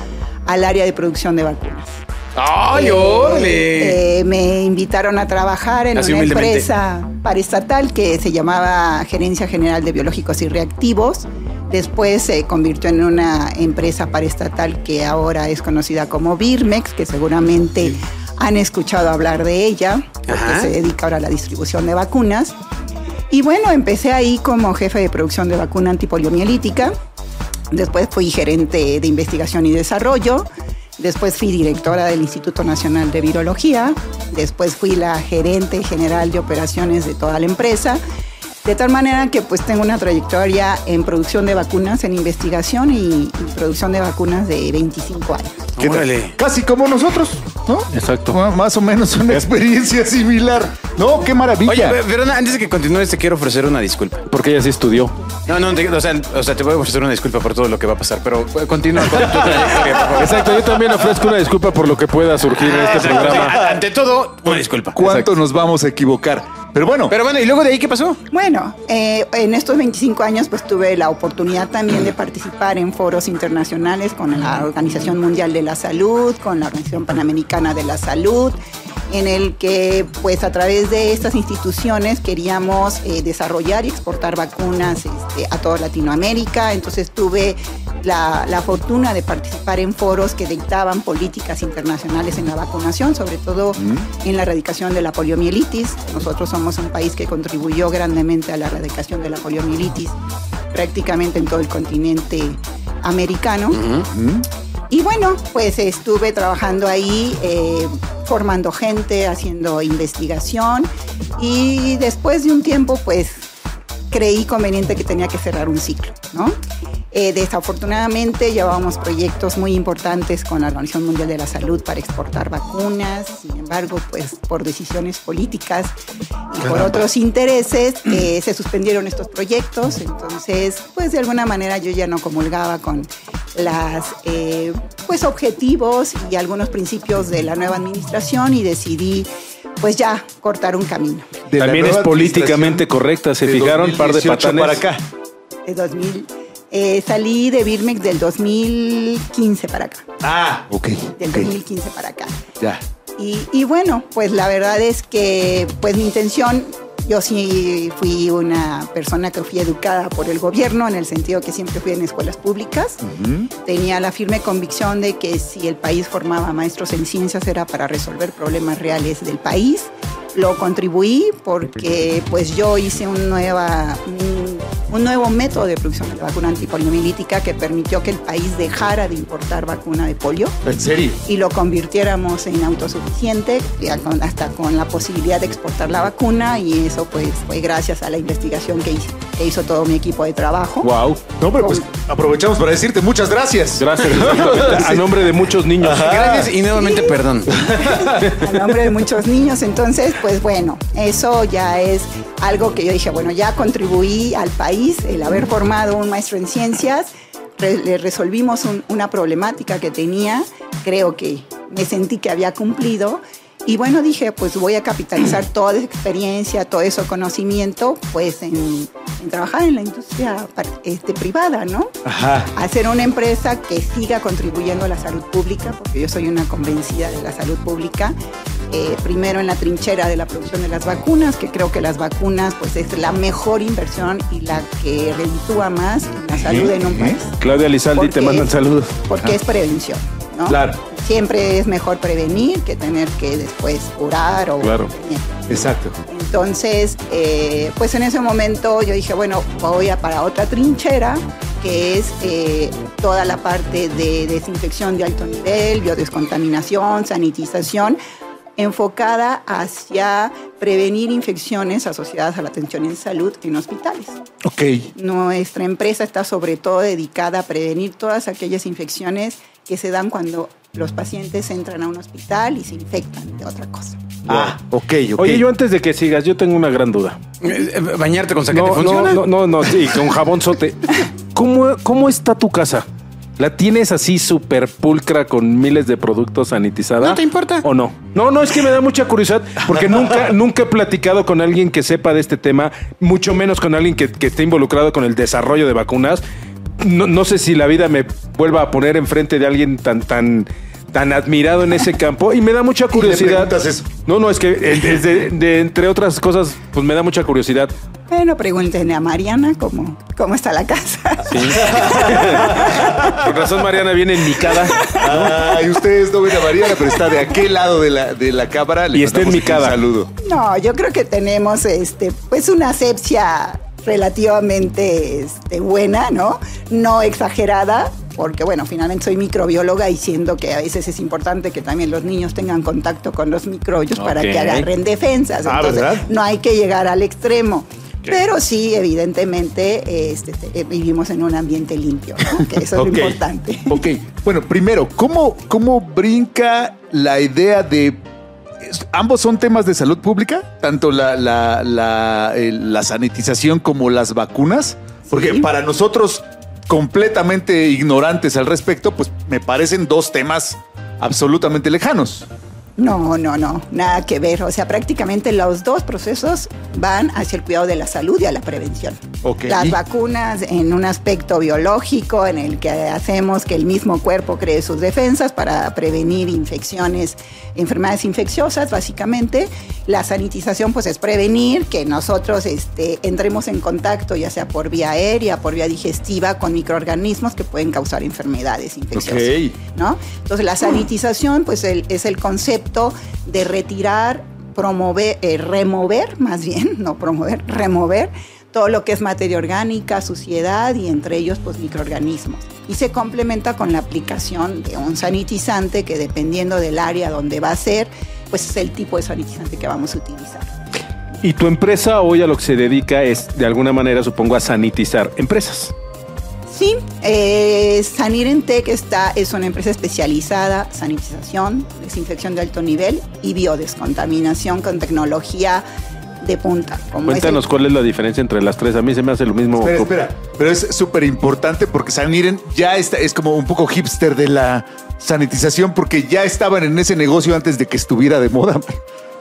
al área de producción de vacunas.
¡Ay,
Eh,
órale!
eh, me invitaron a trabajar en
Así
una
humildemente.
empresa paraestatal que se llamaba Gerencia General de Biológicos y Reactivos. Después se convirtió en una empresa paraestatal que ahora es conocida como Birmex, que seguramente han escuchado hablar de ella, porque
Ajá.
se dedica ahora a la distribución de vacunas. Y bueno, empecé ahí como jefe de producción de vacuna antipoliomielítica. Después fui gerente de investigación y desarrollo. Después fui directora del Instituto Nacional de Virología. Después fui la gerente general de operaciones de toda la empresa. De tal manera que pues tengo una trayectoria en producción de vacunas, en investigación y, y producción de vacunas de 25 años.
¿Qué tal?
Eh, Órale.
Casi como nosotros, ¿no?
Exacto.
Má- Más o menos una experiencia similar. No, qué maravilla.
Oye, pe- pero na- antes de que continúes, te quiero ofrecer una disculpa.
Porque ella sí estudió.
No, no, te- o, sea, o sea, te voy a ofrecer una disculpa por todo lo que va a pasar, pero eh, continúa con tu trayectoria, por favor.
Exacto, yo también ofrezco una disculpa por lo que pueda surgir en este
Sí,
programa.
a- Ante todo, una disculpa.
¿Cuánto nos vamos a equivocar? Pero bueno,
Pero bueno, ¿y luego de ahí qué pasó?
Bueno, eh, en estos 25 años pues tuve la oportunidad también de participar en foros internacionales con la Organización Mundial de la Salud, con la Organización Panamericana de la Salud, en el que pues a través de estas instituciones queríamos eh, desarrollar y exportar vacunas este, a toda Latinoamérica. Entonces tuve la, la fortuna de participar en foros que dictaban políticas internacionales en la vacunación, sobre todo en la erradicación de la poliomielitis. Nosotros somos un país que contribuyó grandemente a la erradicación de la poliomielitis prácticamente en todo el continente americano. Y bueno, pues estuve trabajando ahí, eh, formando gente, haciendo investigación y después de un tiempo pues creí conveniente que tenía que cerrar un ciclo, ¿no? Eh, desafortunadamente llevábamos proyectos muy importantes con la Organización Mundial de la Salud para exportar vacunas, sin embargo, pues por decisiones políticas y por otros intereses eh, se suspendieron estos proyectos, entonces pues de alguna manera yo ya no comulgaba con las eh, pues objetivos y algunos principios de la nueva administración y decidí pues ya cortar un camino.
de la
También es
nueva
políticamente correcta, se
de
fijaron, par de
2018
patanes.
para acá.
de 2000. eh, salí de Birmex del 2015 para acá.
Ah, ok.
Del
ok,
2015 para acá.
Ya.
Y, y bueno, pues la verdad es que pues mi intención, yo sí fui una persona que fui educada por el gobierno en el sentido que siempre fui en escuelas públicas. Tenía la firme convicción de que si el país formaba maestros en ciencias era para resolver problemas reales del país. Lo contribuí porque pues yo hice un, nueva, un, un nuevo método de producción de la vacuna antipoliomielítica que permitió que el país dejara de importar vacuna de polio
En serio.
y lo convirtiéramos en autosuficiente, ya con- hasta con la posibilidad de exportar la vacuna y eso pues fue gracias a la investigación que hizo, que hizo todo mi equipo de trabajo.
Wow.
No, pero pues aprovechamos para decirte muchas gracias.
Gracias. exactamente, A nombre de muchos niños.
Gracias y nuevamente perdón.
a nombre de muchos niños. Entonces, pues bueno, eso ya es algo que yo dije, bueno, ya contribuí al país el haber formado un maestro en ciencias, re- le resolvimos un- una problemática que tenía, creo que me sentí que había cumplido. Y bueno, dije, pues voy a capitalizar toda esa experiencia, todo ese conocimiento, pues en, en trabajar en la industria par- este, privada, ¿no?
Ajá.
Hacer una empresa que siga contribuyendo a la salud pública, porque yo soy una convencida de la salud pública. Eh, primero en la trinchera de la producción de las vacunas, que creo que las vacunas pues es la mejor inversión y la que reditúa más en la salud en un país.
Claudia Lizaldi
Porque-
te mandan saludos.
Porque es prevención, ¿no?
Claro.
Siempre es mejor prevenir que tener que después curar o...
Claro. Exacto.
Entonces, eh, pues en ese momento yo dije, bueno, voy a para otra trinchera, que es eh, toda la parte de desinfección de alto nivel, biodescontaminación, sanitización, enfocada hacia prevenir infecciones asociadas a la atención en salud en hospitales.
Ok.
Nuestra empresa está sobre todo dedicada a prevenir todas aquellas infecciones que se dan cuando los pacientes entran a un hospital y se infectan de otra cosa.
Ah, ok, ok.
Oye, yo antes de que sigas, yo tengo una gran duda.
Eh, eh, Bañarte con sacate
No,
funciona.
No, no, no, no, sí, con jabón sote. ¿Cómo, ¿Cómo está tu casa? ¿La tienes así súper pulcra con miles de productos sanitizada?
No te importa.
¿O no? No, no, es que me da mucha curiosidad porque nunca, nunca he platicado con alguien que sepa de este tema, mucho menos con alguien que, que esté involucrado con el desarrollo de vacunas. No, no sé si la vida me vuelva a poner enfrente de alguien tan, tan, tan admirado en ese campo y me da mucha curiosidad.
preguntas eso.
No, no, es que eh, es de- de, entre otras cosas, pues me da mucha curiosidad.
Bueno, pregúntenle a Mariana cómo, cómo está la casa.
Por razón Mariana viene en mi cara
Ay, ustedes no ven a Mariana, pero está de aquel lado de la, de la cámara. Le
Y está
mandamos
en mi
aquí un
cava.
saludo.
No, yo creo que tenemos este, pues una asepsia relativamente este, buena, ¿no? No exagerada, porque bueno, finalmente soy microbióloga y siendo que a veces es importante que también los niños tengan contacto con los microbios para
Ok.
que agarren defensas.
Ah,
Entonces,
¿verdad?
no hay que llegar al extremo. Pero sí, evidentemente, este, eh, vivimos en un ambiente limpio, ¿no? que eso es
Ok.
lo importante.
Ok, bueno, primero, ¿cómo, cómo brinca la idea de... es- Ambos son temas de salud pública, tanto la, la, la, eh, la sanitización como las vacunas, porque para nosotros completamente ignorantes al respecto, pues me parecen dos temas absolutamente lejanos.
No, no, no, nada que ver. O sea, prácticamente los dos procesos van hacia el cuidado de la salud y a la prevención.
Ok.
Las vacunas en un aspecto biológico en el que hacemos que el mismo cuerpo cree sus defensas para prevenir infecciones, enfermedades infecciosas, básicamente. La sanitización, pues, es prevenir que nosotros este, entremos en contacto, ya sea por vía aérea, por vía digestiva, con microorganismos que pueden causar enfermedades infecciosas.
Ok.
¿no? Entonces la sanitización pues el- es el concepto de retirar, promover, eh, remover más bien, no promover, remover todo lo que es materia orgánica, suciedad y entre ellos pues microorganismos. Y se complementa con la aplicación de un sanitizante que dependiendo del área donde va a ser, pues es el tipo de sanitizante que vamos a utilizar.
y tu empresa hoy a lo que se dedica es de alguna manera supongo a sanitizar empresas.
Sí, eh, Sanirentec está, es una empresa especializada en sanitización, desinfección de alto nivel y biodescontaminación con tecnología de punta. como es el-
Cuéntanos cuál es la diferencia entre las tres. A mí se me hace lo mismo.
Espera, espera. Pero es súper importante porque San Miren ya está, es como un poco hipster de la sanitización porque ya estaban en ese negocio antes de que estuviera de moda.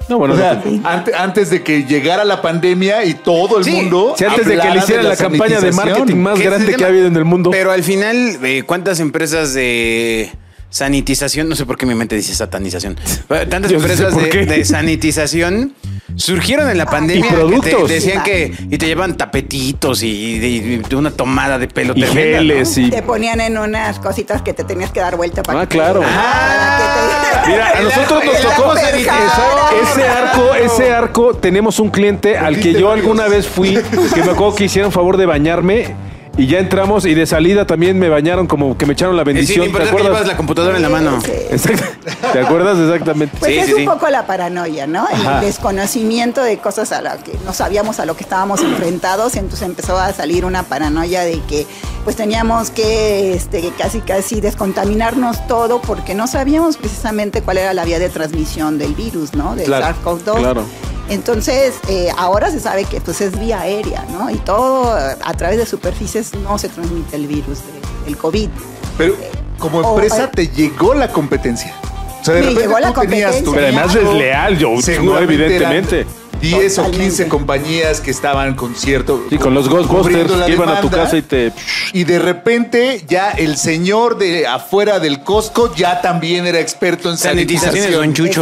No, bueno,
o sea,
no te-
ante- antes, de que llegara la pandemia y todo el
Sí.
mundo.
Sí, antes de que
hablara
le hicieran la, campaña de
sanitización.
marketing más
¿Qué es
grande
el
que ha
tema?
habido en el mundo.
Pero al final, eh, ¿cuántas empresas de sanitización? No sé por qué mi mente dice satanización. Tantas
Yo sí sé
empresas
por
de,
qué.
de sanitización surgieron en la pandemia. que te
productos.
decían que. Y te llevan tapetitos y, y- y una tomada de pelo
y
tremenda, Eh, ¿no?
geles y...
Te ponían en unas cositas que te tenías que dar vuelta para
Ah,
que te-
claro.
para que te-
Mira, a
El
nosotros
arco-
nos
el
tocó
arco sanitizado.
Exacto, ese arco, ese arco, tenemos un cliente al que yo alguna vez fui, que me acuerdo que hicieron favor de bañarme y ya entramos y de salida también me bañaron como que me echaron la
Es
bendición, ¿te
importante que llevas
acuerdas?
la computadora en la mano.
Sí.
Exacto. ¿Te acuerdas exactamente?
Pues
Sí,
es
sí,
un
sí.
poco la paranoia, ¿no? El
Ajá.
desconocimiento de cosas a las que no sabíamos a lo que estábamos enfrentados, entonces empezó a salir una paranoia de que pues teníamos que este, casi casi descontaminarnos todo porque no sabíamos precisamente cuál era la vía de transmisión del virus, ¿no? Del
Claro,
SARS-CoV-2.
claro.
Entonces, eh, ahora se sabe que pues es vía aérea, ¿no? Y todo eh, a través de superficies no se transmite el virus de- del COVID.
Pero como
O-
empresa te llegó la competencia. O sea, de
Me
repente
llegó la
tú tenías tu
Pero además
nicho,
es leal, yo- no,
seguramente
evidentemente.
eran 10 o 15 compañías que estaban con cierto.
Y con los
cubriendo
Ghostbusters
la
que iban a tu
demanda,
casa y te.
Y de repente ya el señor de afuera del Costco ya también era experto en
Sanitizaciones, don
sanitización.
Chucho.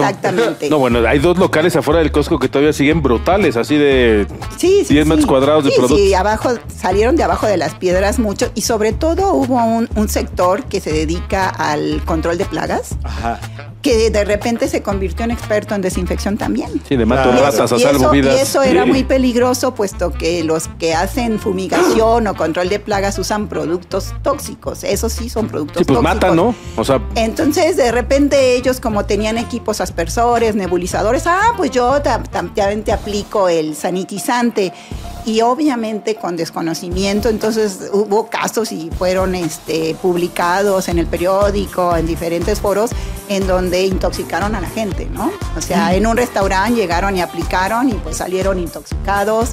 Exactamente.
No, bueno, hay dos locales afuera del Costco que todavía siguen brutales, así de
Sí, sí,
10
sí.
metros cuadrados de
Sí,
productos.
Sí, abajo, salieron de abajo de las piedras mucho y sobre todo hubo un, un sector que se dedica al control de plagas,
Ah.
que de repente se convirtió en experto en desinfección también.
Sí, de mato
Y eso-
ratas a
y
salvo
eso-
vidas.
y eso era
Sí.
muy peligroso, puesto que los que hacen fumigación o control de plagas usan productos tóxicos. Eso sí son productos
Sí, pues
tóxicos.
mata, ¿no? O sea,
Entonces, de repente ellos como tenían equipos aspersores, nebulizadores, ah, pues yo ta- tam- también te aplico el sanitizante. Y obviamente con desconocimiento, entonces hubo casos y fueron este, publicados en el periódico, en diferentes foros, en donde intoxicaron a la gente, ¿no? O sea, en un restaurante llegaron y aplicaron y pues salieron intoxicados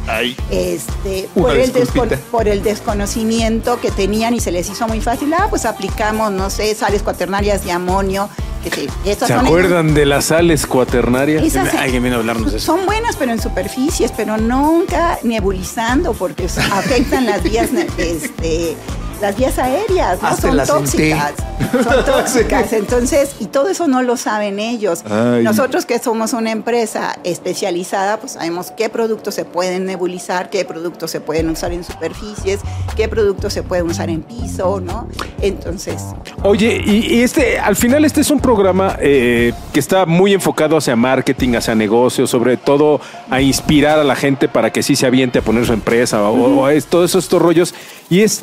este,
Una
por, el
disculpita.
descon- por el desconocimiento que tenían y se les hizo muy fácil. Ah, pues aplicamos, no sé, sales cuaternarias de amonio. Que se, esas
¿se
son-
acuerdan de las sales cuaternarias?
esas se-
Alguien viene a hablarnos de eso.
son buenas, pero en superficies, pero nunca nebulizando porque s- afectan las vías, ne- este, las vías aéreas, ¿no?
Hasta
son
la sentí.
tóxicas. Son tóxicas. Entonces, y todo eso no lo saben ellos.
Ay.
Nosotros que somos una empresa especializada, pues sabemos qué productos se pueden nebulizar, qué productos se pueden usar en superficies, qué productos se pueden usar en piso, ¿no? Entonces,
Oye, y, y este, al final este es un programa eh, que está muy enfocado hacia marketing, hacia negocios, sobre todo a inspirar a la gente para que sí se aviente a poner su empresa o, o es- todos esos estos rollos. Y es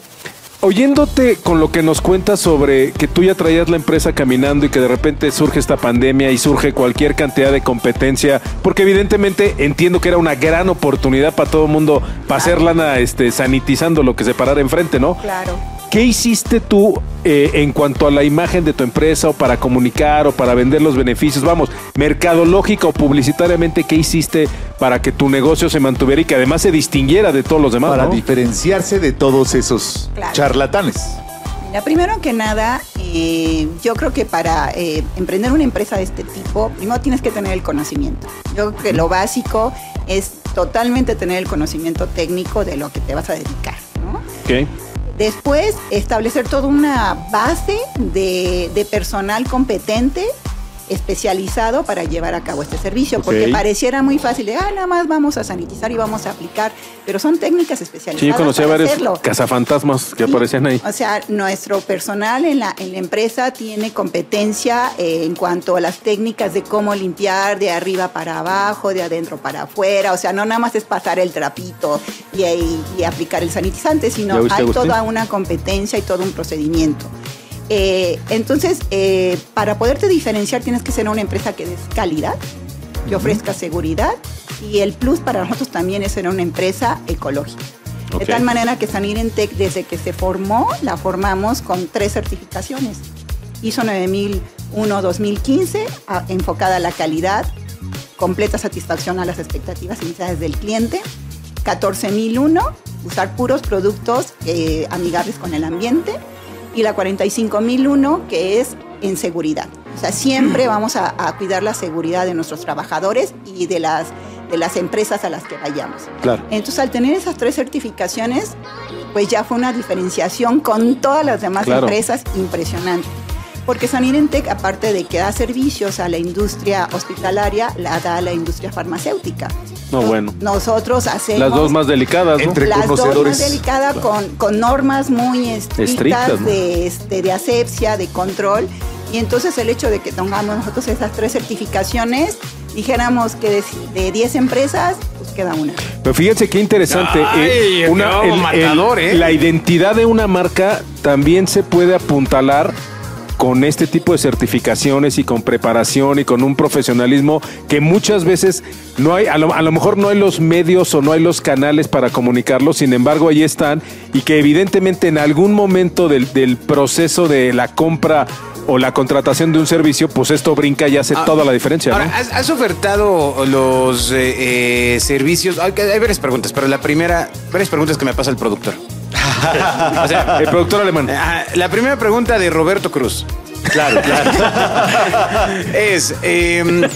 oyéndote con lo que nos cuentas sobre que tú ya traías la empresa caminando y que de repente surge esta pandemia y surge cualquier cantidad de competencia, porque evidentemente entiendo que era una gran oportunidad para todo el mundo para hacer lana este, sanitizando lo que se parara enfrente, ¿no?
claro.
¿Qué hiciste tú eh, en cuanto a la imagen de tu empresa o para comunicar o para vender los beneficios? Vamos, mercadológica o publicitariamente, ¿qué hiciste para que tu negocio se mantuviera y que además se distinguiera de todos los demás?
Para
no?
diferenciarse de todos esos
Claro.
charlatanes.
Mira, primero que nada, eh, yo creo que para eh, emprender una empresa de este tipo, primero tienes que tener el conocimiento. Yo creo que lo básico es totalmente tener el conocimiento técnico de lo que te vas a dedicar, ¿no?
Ok.
Después, establecer toda una base de, de personal competente especializado para llevar a cabo este servicio, porque
Ok.
pareciera muy fácil, de, ah, nada más vamos a sanitizar y vamos a aplicar, pero son técnicas especializadas.
Sí, yo conocí a
para
varios
hacerlo.
cazafantasmas que
Sí.
aparecían ahí.
O sea, nuestro personal en la, en la empresa tiene competencia eh, en cuanto a las técnicas de cómo limpiar de arriba para abajo, de adentro para afuera. O sea, no nada más es pasar el trapito y, y- y aplicar el sanitizante,
¿Ya
sino
oíste,
hay
Agustín?
toda una competencia y todo un procedimiento. Eh, entonces, eh, para poderte diferenciar tienes que ser una empresa que des calidad, que ofrezca seguridad y el plus para nosotros también es ser una empresa ecológica.
Ok.
De tal manera que Sanirentec desde que se formó la formamos con tres certificaciones. ISO 9001-2015 a- enfocada a la calidad, completa satisfacción a las expectativas y necesidades del cliente. 14001 usar puros productos eh, amigables con el ambiente y la 45001, que es en seguridad. O sea, siempre vamos a, a cuidar la seguridad de nuestros trabajadores y de las, de las empresas a las que vayamos.
Claro.
Entonces, al tener esas tres certificaciones, pues ya fue una diferenciación con todas las demás
Claro.
empresas impresionante. Porque Sanirentec, aparte de que da servicios a la industria hospitalaria, la da a la industria farmacéutica.
No, bueno.
Nosotros hacemos
Las dos más delicadas, ¿no?
Entre
las dos
conocedores.
más delicadas con, con normas muy estrictas,
Estrictas, ¿no?
de, este, de asepsia, de control. Y entonces el hecho de que tengamos nosotros esas tres certificaciones, dijéramos que de de 10 empresas, pues queda una.
Pero fíjense qué interesante. eh,
Ay, no, matador, ¿eh?
La identidad de una marca también se puede apuntalar con este tipo de certificaciones y con preparación y con un profesionalismo que muchas veces no hay, a lo, a lo mejor no hay los medios o no hay los canales para comunicarlo, sin embargo ahí están y que evidentemente en algún momento del, del proceso de la compra o la contratación de un servicio, pues esto brinca y hace
Ah,
toda la diferencia.
Ahora,
¿no?
¿has, has ofertado los eh, eh, servicios? Hay, que- hay varias preguntas, pero la primera, varias preguntas que me pasa el productor.
El productor alemán.
Ah, la primera pregunta de Roberto Cruz.
Claro, claro.
Es, eh,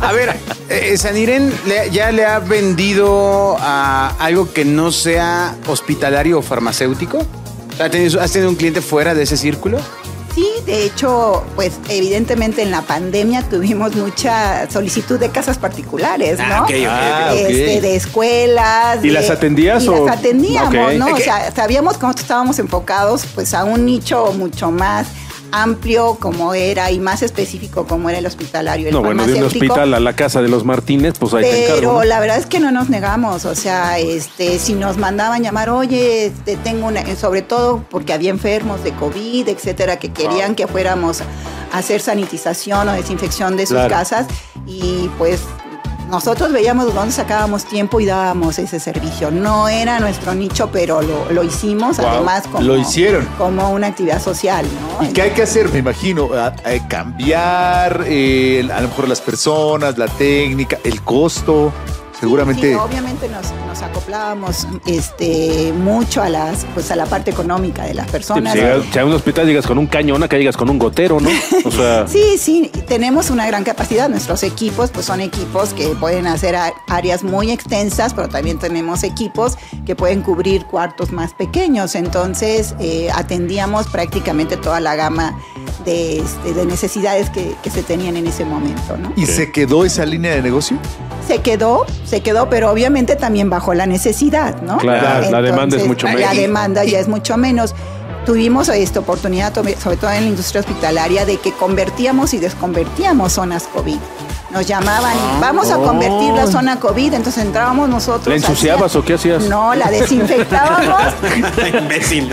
a ver, eh, San Irén le- ya le ha vendido a algo que no sea hospitalario o farmacéutico. ¿Ha tenido- ¿Has tenido un cliente fuera de ese círculo?
Sí, de hecho, pues evidentemente en la pandemia tuvimos mucha solicitud de casas particulares, ¿no?
Ah, ok, ok, ok.
Ah, ok.
Este, de escuelas.
¿Y
de-
las atendías
y
o-
Las atendíamos,
Ok.
¿no?
Ok.
O sea, sabíamos que nosotros estábamos enfocados pues a un nicho mucho más amplio como era y más específico como era el hospitalario, el
No, bueno, de un
farmacéutico.
hospital a la casa de los Martínez, pues ahí te
Pero
encargo. ¿no?
la verdad es que no nos negamos, o sea, este, si nos mandaban llamar, oye, este, tengo una, sobre todo porque había enfermos de COVID, etcétera, que querían que fuéramos a hacer sanitización o desinfección de sus
Claro.
casas y pues nosotros veíamos dónde sacábamos tiempo y dábamos ese servicio. No era nuestro nicho, pero lo, lo hicimos
Wow,
además como,
lo hicieron.
como una actividad social, ¿no?
¿Y qué hay que hacer? Me imagino, a- a cambiar eh, a lo mejor las personas, la técnica, el costo. Seguramente.
Sí, obviamente nos, nos acoplábamos este, mucho a las pues a la parte económica de las
Sí, pues,
personas.
llegas- si a un hospital llegas con un cañón, acá llegas con un gotero, ¿no? O sea,
Sí, sí, tenemos una gran capacidad. Nuestros equipos pues son equipos que pueden hacer a- áreas muy extensas, pero también tenemos equipos que pueden cubrir cuartos más pequeños. Entonces eh, atendíamos prácticamente toda la gama de, este, de necesidades que, que se tenían en ese momento. ¿no?
¿Y se quedó esa línea de negocio?
se quedó, se quedó, pero obviamente también bajó la necesidad, ¿no?
Claro, la demanda es mucho
La
menos.
demanda ya es mucho menos. Tuvimos esta oportunidad, to- sobre todo en la industria hospitalaria, de que convertíamos y desconvertíamos zonas COVID. Nos llamaban, vamos a convertir la zona COVID, entonces entrábamos nosotros.
¿La ensuciabas
hacía-
o qué hacías?
No, la desinfectábamos.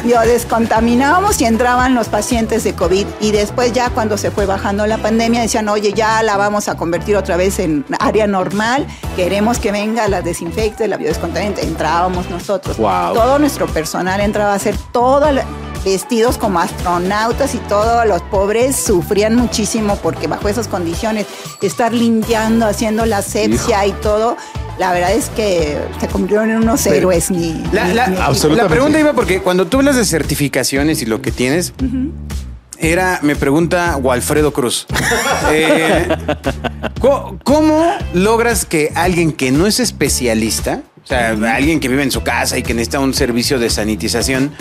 Yo descontaminábamos y entraban los pacientes de COVID. Y después ya cuando se fue bajando la pandemia decían, oye, ya la vamos a convertir otra vez en área normal, queremos que venga la desinfecte, la biodescontaminante. Entrábamos nosotros.
Wow.
Todo nuestro personal entraba a hacer todo, la- vestidos como astronautas y todos los pobres sufrían muchísimo porque bajo esas condiciones, estar limpiando, haciendo la asepsia y todo, la verdad es que se convirtieron en unos héroes. ni-
La,
ni-
la-
ni-
la pregunta iba porque cuando tú hablas de certificaciones y lo que tienes, era, me pregunta Walfredo Cruz. Eh, ¿co- ¿Cómo logras que alguien que no es especialista, o sea, alguien que vive en su casa y que necesita un servicio de sanitización,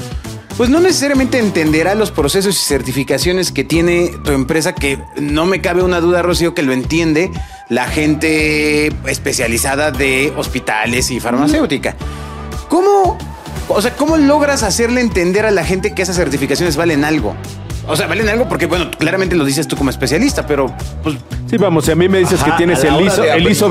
pues no necesariamente entenderá los procesos y certificaciones que tiene tu empresa, que no me cabe una duda, Rocío, que lo entiende la gente especializada de hospitales y farmacéutica. ¿Cómo, o sea, cómo logras hacerle entender a la gente que esas certificaciones valen algo? O sea, valen algo porque, bueno, claramente lo dices tú como especialista, pero pues,
Sí, vamos, si a mí me dices
Ajá,
que tienes
a la
el
hora
ISO,
de
el ISO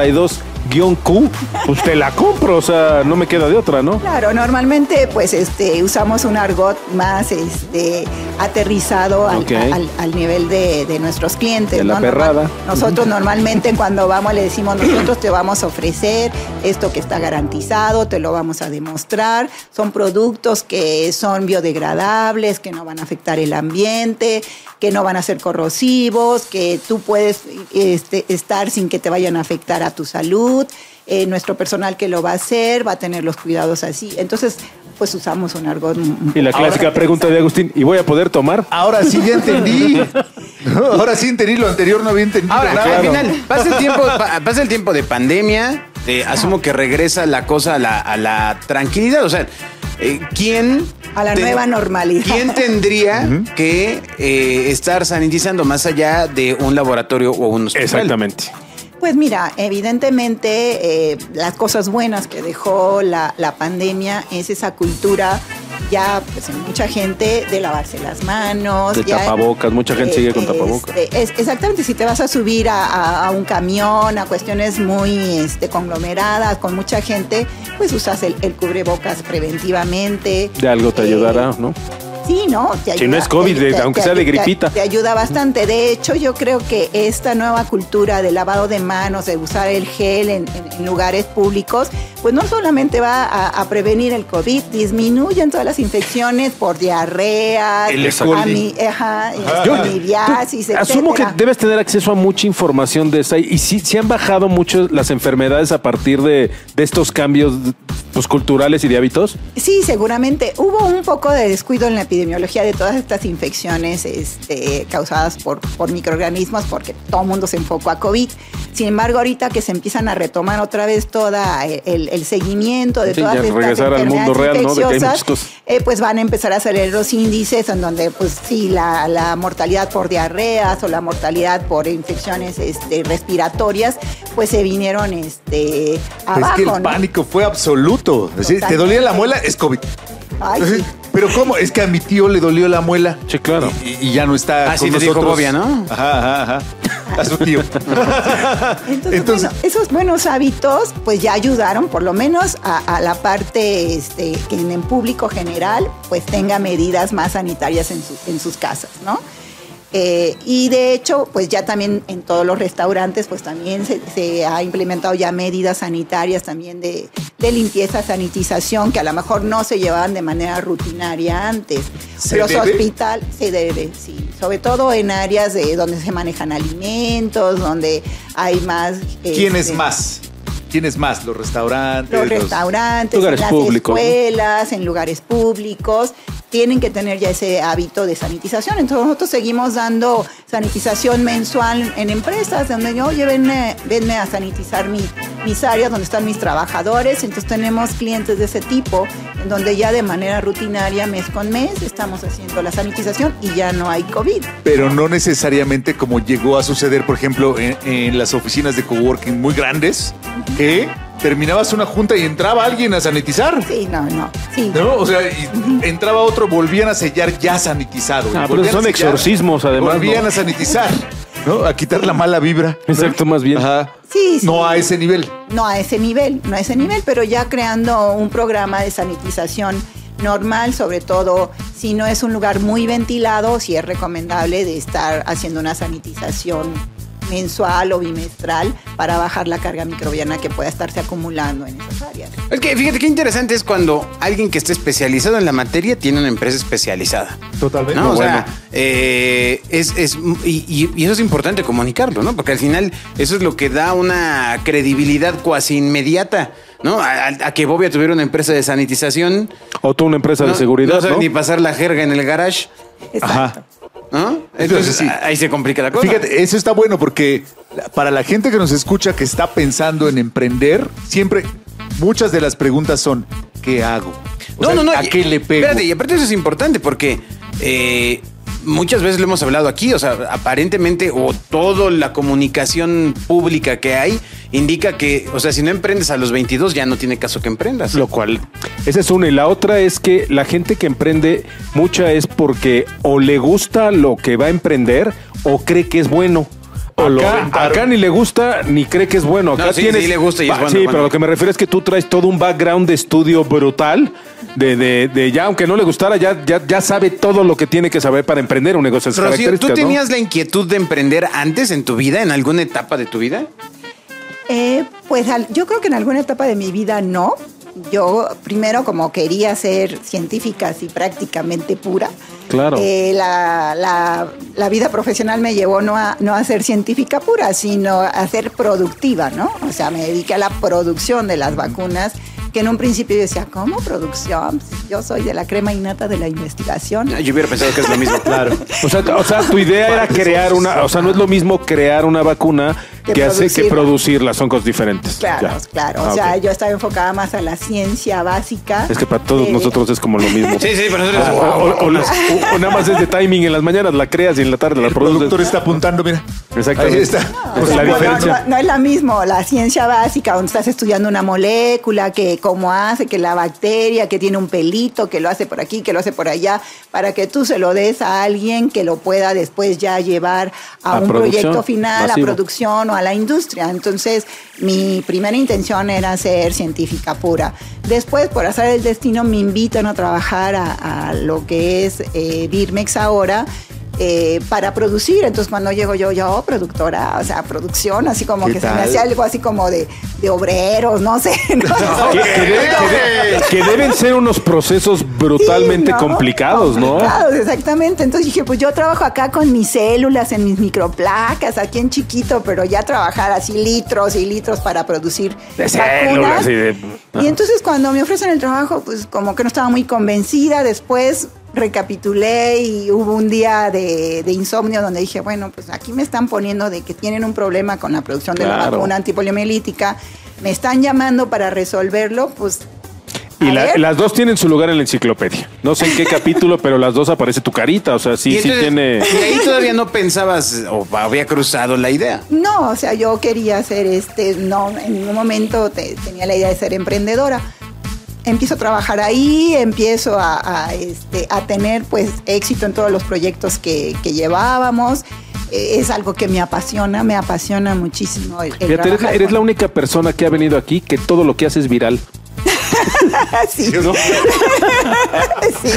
2762-Q, pues te la compro, o sea, no me queda de otra, ¿no?
Claro, normalmente pues este usamos un argot más este aterrizado al,
Ok.
al- al nivel de, de nuestros clientes.
De la
¿no?
perrada.
nosotros normalmente cuando vamos le decimos nosotros te vamos a ofrecer esto que está garantizado, te lo vamos a demostrar. Son productos que son biodegradables, que no van a afectar el ambiente, que no van a ser corrosivos, que tú puedes este, estar sin que te vayan a afectar a tu salud. Eh, nuestro personal que lo va a hacer va a tener los cuidados así. Entonces, pues usamos un argot. un-
Y la clásica pregunta de Agustín, ¿y voy a poder tomar?
Ahora sí ya entendí. Ahora sí entendí, lo anterior no había entendido.
Ahora,
nada.
al final, pasa el tiempo, pa- pasa el tiempo de pandemia, eh, asumo que regresa la cosa a la, a la tranquilidad. O sea, eh, ¿quién.
A la
te-
nueva normalidad.
¿Quién tendría que eh, estar sanitizando más allá de un laboratorio o un hospital?
Exactamente.
Pues mira, evidentemente eh, las cosas buenas que dejó la, la pandemia es esa cultura ya pues, en mucha gente de lavarse las manos.
De
ya-
tapabocas, mucha gente sigue con tapabocas.
este, es- exactamente, si te vas a subir a, a- a un camión, a cuestiones muy este, conglomeradas, con mucha gente, pues usas el, el cubrebocas preventivamente.
De algo te
Eh,
ayudará, ¿no?
Sí, ¿no? Te
Si no es COVID,
te- te-
aunque
te-
sea de
te-
gripita.
Te, ayuda bastante. De hecho, yo creo que esta nueva cultura de lavado de manos, de usar el gel en, en- en lugares públicos, pues no solamente va a, a prevenir el COVID, disminuyen todas las infecciones por diarrea,
El E. coli.
ajá, este,
Yo-
amibiasis,
Asumo que
etcétera.
debes tener acceso a mucha información de esa y sí, sí han bajado mucho las enfermedades a partir de, de estos cambios pues, culturales y de hábitos.
Sí, seguramente. Hubo un poco de descuido en la epidemiología de todas estas infecciones este, causadas por, por microorganismos, porque todo el mundo se enfocó a COVID. Sin embargo, ahorita que se empiezan a retomar otra vez todo el, el seguimiento de
Sí,
todas
ya
estas
regresar al
enfermedades
mundo real, ¿no? De que hay muchas
infecciosas,
cosas.
eh, pues van a empezar a salir los índices en donde, pues sí, la, la mortalidad por diarreas o la mortalidad por infecciones este, respiratorias, pues se vinieron este, abajo.
es que el
¿no?
pánico fue absoluto. Es decir, te
Totalmente.
dolía la muela, es COVID.
Ay,
Es
sí.
decir, Pero ¿cómo? Es que a mi tío le dolió la muela.
Sí, claro.
Y, y ya no está
Ah,
con
sí, le dijo
nosotros.
Bobia, ¿no?
Ajá, ajá, ajá. A su tío.
Entonces,
Entonces-
bueno, esos buenos hábitos pues ya ayudaron por lo menos a, a la parte este, que en el público general pues tenga medidas más sanitarias en, su- en sus casas, ¿no? Eh, y de hecho, pues ya también en todos los restaurantes, pues también se, se ha implementado ya medidas sanitarias también de, de limpieza, sanitización, que a lo mejor no se llevaban de manera rutinaria antes.
¿Se
Los
debe?
hospital se debe, sí. Sobre todo en áreas de donde se manejan alimentos, donde hay más...
¿Quién es
este,
más? ¿Quién es más? ¿Los restaurantes?
los restaurantes,
lugares
en las
públicos, ¿no?
escuelas, en lugares públicos, tienen que tener ya ese hábito de sanitización. Entonces nosotros seguimos dando sanitización mensual en empresas, donde yo, oye, venme, venme a sanitizar mi- mis áreas donde están mis trabajadores. Entonces tenemos clientes de ese tipo, en donde ya de manera rutinaria, mes con mes, estamos haciendo la sanitización y ya no hay COVID.
Pero no necesariamente como llegó a suceder, por ejemplo, en, en las oficinas de coworking muy grandes, que terminabas una junta y entraba alguien a sanitizar.
Sí, no, no. Sí.
¿No? O sea, y entraba otro, volvían a sellar ya sanitizado.
Ah,
Y
pero
volvían
son
a sellar,
exorcismos, además,
Volvían
¿no?
a sanitizar, ¿no? A quitar la mala vibra.
Exacto, más bien.
Ajá.
Sí, sí.
No a ese nivel.
no a ese nivel, no a ese nivel, pero ya creando un programa de sanitización normal, sobre todo si no es un lugar muy ventilado, si es recomendable de estar haciendo una sanitización mensual o bimestral para bajar la carga microbiana que pueda estarse acumulando en esas áreas.
Es que fíjate qué interesante es cuando alguien que esté especializado en la materia tiene una empresa especializada.
Totalmente.
¿no? O
Bueno.
sea, eh, es, es- y, y- y eso es importante comunicarlo, ¿no? Porque al final eso es lo que da una credibilidad cuasi inmediata, ¿no? A, a- a que Bobia tuviera una empresa de sanitización.
O tú una empresa
no,
de seguridad,
no sabe
¿no?
ni pasar la jerga en el garage,
Ajá.
¿no? Entonces,
Entonces, sí.
a- ahí se complica la cosa.
Fíjate, eso está bueno porque la- para la gente que nos escucha que está pensando en emprender, siempre muchas de las preguntas son ¿qué hago? O
No,
sea,
no, no.
¿A
y-
qué le pego?
Espérate, y aparte eso es importante porque eh, muchas veces lo hemos hablado aquí, o sea, aparentemente o toda la comunicación pública que hay indica que, o sea, si no emprendes a los 22 ya no tiene caso que emprendas.
Lo cual, esa es una. Y la otra es que la gente que emprende mucha es porque o le gusta lo que va a emprender o cree que es bueno. O
lo
acá,
aventaron.
acá ni le gusta ni cree que es bueno. Acá
No, sí,
tienes-
sí le gusta y es
Va-
bueno,
Sí,
bueno.
pero lo que me refiero es que tú traes todo un background de estudio brutal. De, de- de ya, aunque no le gustara, ya, ya, ya sabe todo lo que tiene que saber para emprender un negocio. esas
Rocío, ¿tú
características, ¿no?
tenías la inquietud de emprender antes en tu vida, en alguna etapa de tu vida?
Eh, pues al- yo creo que en alguna etapa de mi vida no. Yo primero como quería ser científica así prácticamente pura.
Claro.
eh, la, la- la vida profesional me llevó no a, no a ser científica pura, sino a ser productiva, ¿no? O sea, me dediqué a la producción de las vacunas, que en un principio yo decía, ¿cómo producción? Si Yo soy de la crema innata de la investigación.
Yo hubiera pensado que es lo mismo. claro.
O sea, o sea, tu idea era crear una, o sea, no es lo mismo crear una vacuna
Que
que hace que
producirla.
producirla, son cosas diferentes.
Claro,
Ya.
claro. O
Ah,
sea,
ok.
yo estaba enfocada más a la ciencia básica.
Es que para todos
Eh,
nosotros es como lo mismo. Ah,
Sí, sí, pero
O,
nosotros-
o- o- o las- o- o nada más es de timing, en las mañanas la creas y en la tarde la
El productor
produces.
está apuntando, mira.
Exactamente.
Ahí está.
Ah,
O
O
sea,
sea,
la
Pues, no,
diferencia.
no- no es la mismo la ciencia básica, donde estás estudiando una molécula, que cómo hace, que la bacteria, que tiene un pelito, que lo hace por aquí, que lo hace por allá, para que tú se lo des a alguien que lo pueda después ya llevar a,
A
un
producción,
proyecto final,
masivo.
a producción o a la industria. Entonces, mi primera intención era ser científica pura. Después, por hacer el destino, me invitan a trabajar a, a lo que es eh, Birmex ahora. eh, para producir, entonces cuando llego yo, yo productora, o sea, producción, así como
¿Qué
que se me
tal?
hacía algo así como de, de obreros, no sé. ¿no?
Que, que debe- que de- que deben ser unos procesos brutalmente
Sí, ¿no?
complicados, ¿no?
Complicados, exactamente. Entonces dije, pues yo trabajo acá con mis células, en mis microplacas, aquí en chiquito, pero ya trabajar así litros y litros para producir
De
vacunas.
células y de-
Y entonces cuando me ofrecen el trabajo, pues como que no estaba muy convencida. Después recapitulé y hubo un día de, de insomnio donde dije, bueno, pues aquí me están poniendo de que tienen un problema con la producción de la
Claro.
vacuna antipoliomielítica, me están llamando para resolverlo, pues...
Y
a
la-
ver.
las dos tienen su lugar en la enciclopedia. No sé en qué capítulo, pero las dos aparece tu carita. O sea, sí,
Y
sí
entonces,
tiene.
y ahí todavía no pensabas o había cruzado la idea.
No, o sea, yo quería ser, este, no, en ningún momento te- tenía la idea de ser emprendedora. Empiezo a trabajar ahí, empiezo a, a, este, a tener pues éxito en todos los proyectos que, que llevábamos. Eh, Es algo que me apasiona, me apasiona muchísimo. El, el
Fíjate, eres, la-
trabajar
eres
con-
la única persona que ha venido aquí que todo lo que hace es viral.
Ah, Sí,
¿no?
sí.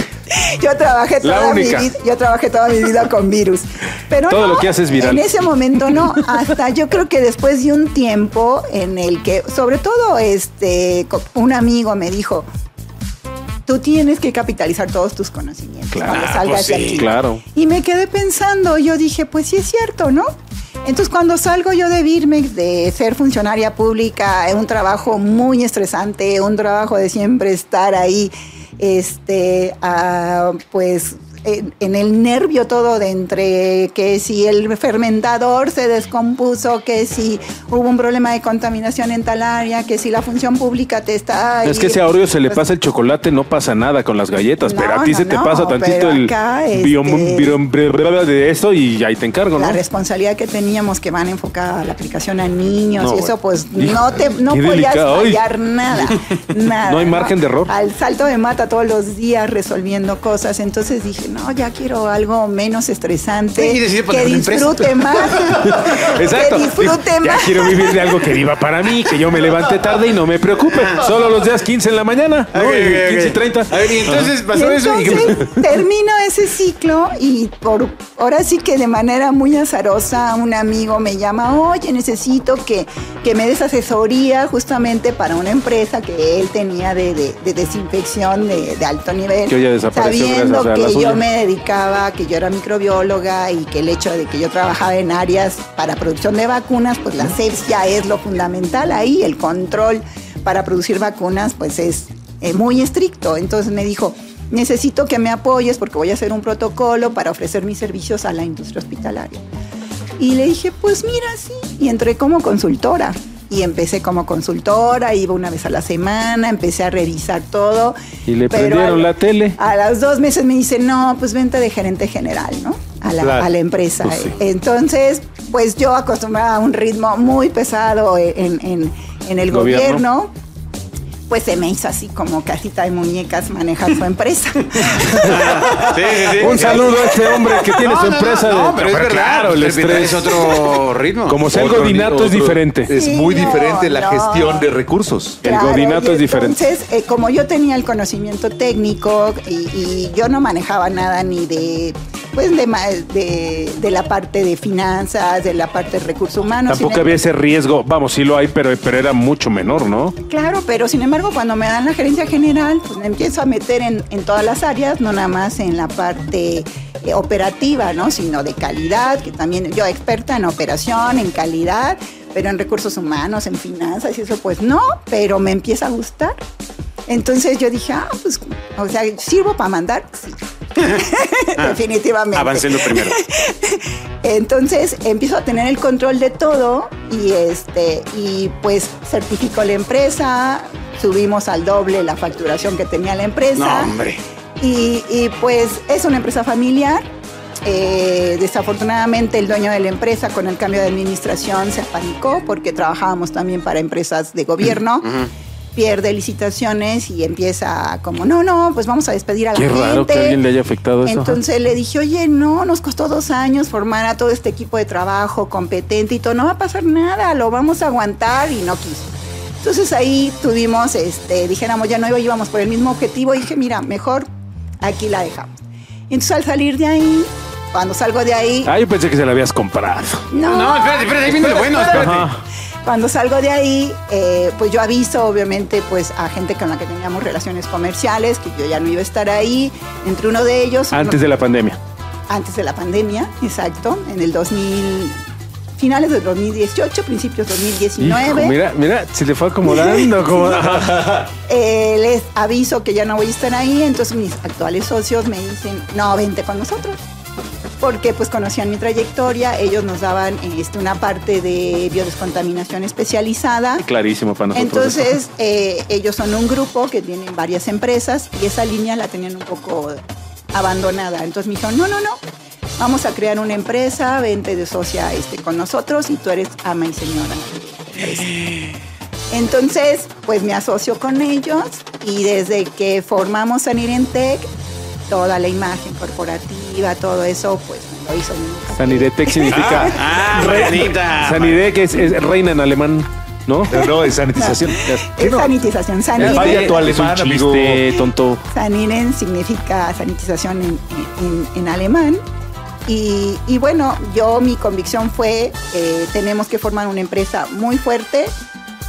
Yo trabajé
La
toda mi
única.
vida, yo trabajé toda mi vida con virus. Pero
Todo
no,
lo que haces viral.
En ese momento no, hasta yo creo que después de un tiempo en el que, sobre todo, este, co- un amigo me dijo, tú tienes que capitalizar todos tus conocimientos cuando salgas
pues
de
sí,
aquí.
claro.
Y me quedé pensando, yo dije, pues sí es cierto, ¿no? Entonces cuando salgo yo de Birmex, de ser funcionaria pública, es un trabajo muy estresante, un trabajo de siempre estar ahí, este, ah, pues en, en el nervio todo de entre que si el fermentador se descompuso, que si hubo un problema de contaminación en tal área, que si la función pública te está...
Es que si a Oreo se le pasa el chocolate, no pasa nada con las galletas, pero a
pues No,
ti
no,
se te
no,
pasa tantito
pero
el
acá, este-
biom- biom- biom- de eso y ahí te encargo, ¿no?
la responsabilidad que teníamos que van enfocada a la aplicación a niños
No,
y eso pues
hijo,
no te no
qué
podías
delicado. Ay.
fallar nada, nada,
No hay margen de error.
Al salto de mata todos los días resolviendo cosas, entonces dije, no, ya quiero algo menos estresante,
Y decidí
que
poner una empresa.
disfrute más.
Exacto.
Que disfrute
Digo, Ya
más.
quiero vivir de algo que viva para mí, que yo me levante tarde y no me preocupe. Solo los días 15 en la mañana, ¿no?
Ok,
Y
ok, ok.
15 y 30.
A ver, y entonces
Y
pasó eso y
entonces termino ese ciclo y por ahora sí que de manera muy azarosa un amigo me llama, oye, necesito que, que me des asesoría justamente para una empresa que él tenía de, de- de desinfección de, de alto nivel.
Que ya desapareció
sabiendo
gracias a la
que
suya.
yo me dedicaba, que yo era microbióloga y que el hecho de que yo trabajaba en áreas para producción de vacunas, pues la sepsia es lo fundamental ahí, el control para producir vacunas, pues es eh, muy estricto. Entonces me dijo, necesito que me apoyes porque voy a hacer un protocolo para ofrecer mis servicios a la industria hospitalaria. Y le dije, pues mira, sí. Y entré como consultora. Y empecé como consultora, iba una vez a la semana, empecé a revisar todo.
Y le
Pero
prendieron
al-
la tele.
A los dos meses me dice, no, pues vente de gerente general, ¿no? A la,
Claro.
a la empresa.
Pues sí.
Entonces, pues yo acostumbrada a un ritmo muy pesado en, en- en el
Gobierno.
gobierno. Pues se me hizo así como casita de muñecas manejar su empresa.
Ah,
Un saludo a este hombre que tiene su empresa.
No,
de-
no, pero es verdad.
Claro, el
pues,
el estrés es
estrés.
otro ritmo.
Como sea, el
Otro-
godinato es
otro-
diferente.
Es
Sí,
muy
no,
diferente la
no.
gestión de recursos.
El godinato
y
es diferente.
Entonces, eh, como yo tenía el conocimiento técnico y, y yo no manejaba nada ni de pues de, ma- de, de la parte de finanzas, de la parte de recursos humanos. sin
Tampoco había ese riesgo. Vamos, sí lo hay, pero, pero era mucho menor, ¿no?
Claro, pero sin embargo cuando me dan la gerencia general, pues me empiezo a meter en, en todas las áreas, no nada más en la parte eh, operativa, ¿no? Sino de calidad, que también yo experta en operación, en calidad, pero en recursos humanos, en finanzas y eso, pues no, pero me empieza a gustar. Entonces yo dije, ah, pues, o sea, ¿sirvo para mandar? Sí. Definitivamente.
Avancé lo primero.
Entonces empiezo a tener el control de todo y este y pues certifico la empresa, subimos al doble la facturación que tenía la
No,
empresa
hombre.
y, y, pues es una empresa familiar. Eh, desafortunadamente el dueño de la empresa con el cambio de administración se apanicó porque trabajábamos también para empresas de gobierno. Pierde licitaciones y empieza como, no, no, pues vamos a despedir a la
Qué
gente.
raro que alguien le haya afectado eso.
Entonces le dije, oye, no, nos costó dos años formar a todo este equipo de trabajo competente y todo, no va a pasar nada, lo vamos a aguantar y no quiso. Entonces ahí tuvimos, este, dijéramos, ya no íbamos por el mismo objetivo, y dije, mira, mejor aquí la dejamos. Entonces al salir de ahí, cuando salgo de ahí,
Ah, yo pensé que se la habías comprado.
no,
No, espérate, espérate, ahí viene lo bueno, espérate.
Ajá.
cuando salgo de ahí, eh, pues yo aviso obviamente pues a gente con la que teníamos relaciones comerciales, que yo ya no iba a estar ahí, entre uno de ellos...
Antes de la pandemia.
antes de la pandemia, exacto, en el 2000, finales de 2018, principios de
Hijo,
2019.
mira, mira, se le fue acomodando. como-
Eh, les aviso que ya no voy a estar ahí, entonces mis actuales socios me dicen, no, vente con nosotros. Porque pues conocían mi trayectoria, ellos nos daban este, una parte de biodescontaminación especializada.
Clarísimo para nosotros. eso.
Entonces, eh, ellos son un grupo que tienen varias empresas y esa línea la tenían un poco abandonada. Entonces me dijeron, no, no, no, vamos a crear una empresa, vente de socia este, con nosotros y tú eres ama y señora. de la empresa". Entonces, pues me asocio con ellos y desde que formamos Sanirentec, toda la imagen corporativa, todo eso, pues me lo hizo mi mujer.
Sanidetec significa.
Ah,
Re-
Marianita.
Sanidec es, es reina en alemán, ¿no?
No, es sanitización.
Es sanitización,
Eh,
Ya
sanidad.
Vaya tu alemán,
es un
amigo.
chiste, tonto.
Saninen significa sanitización en, en- en alemán. Y, y bueno, yo mi convicción fue, eh, tenemos que formar una empresa muy fuerte,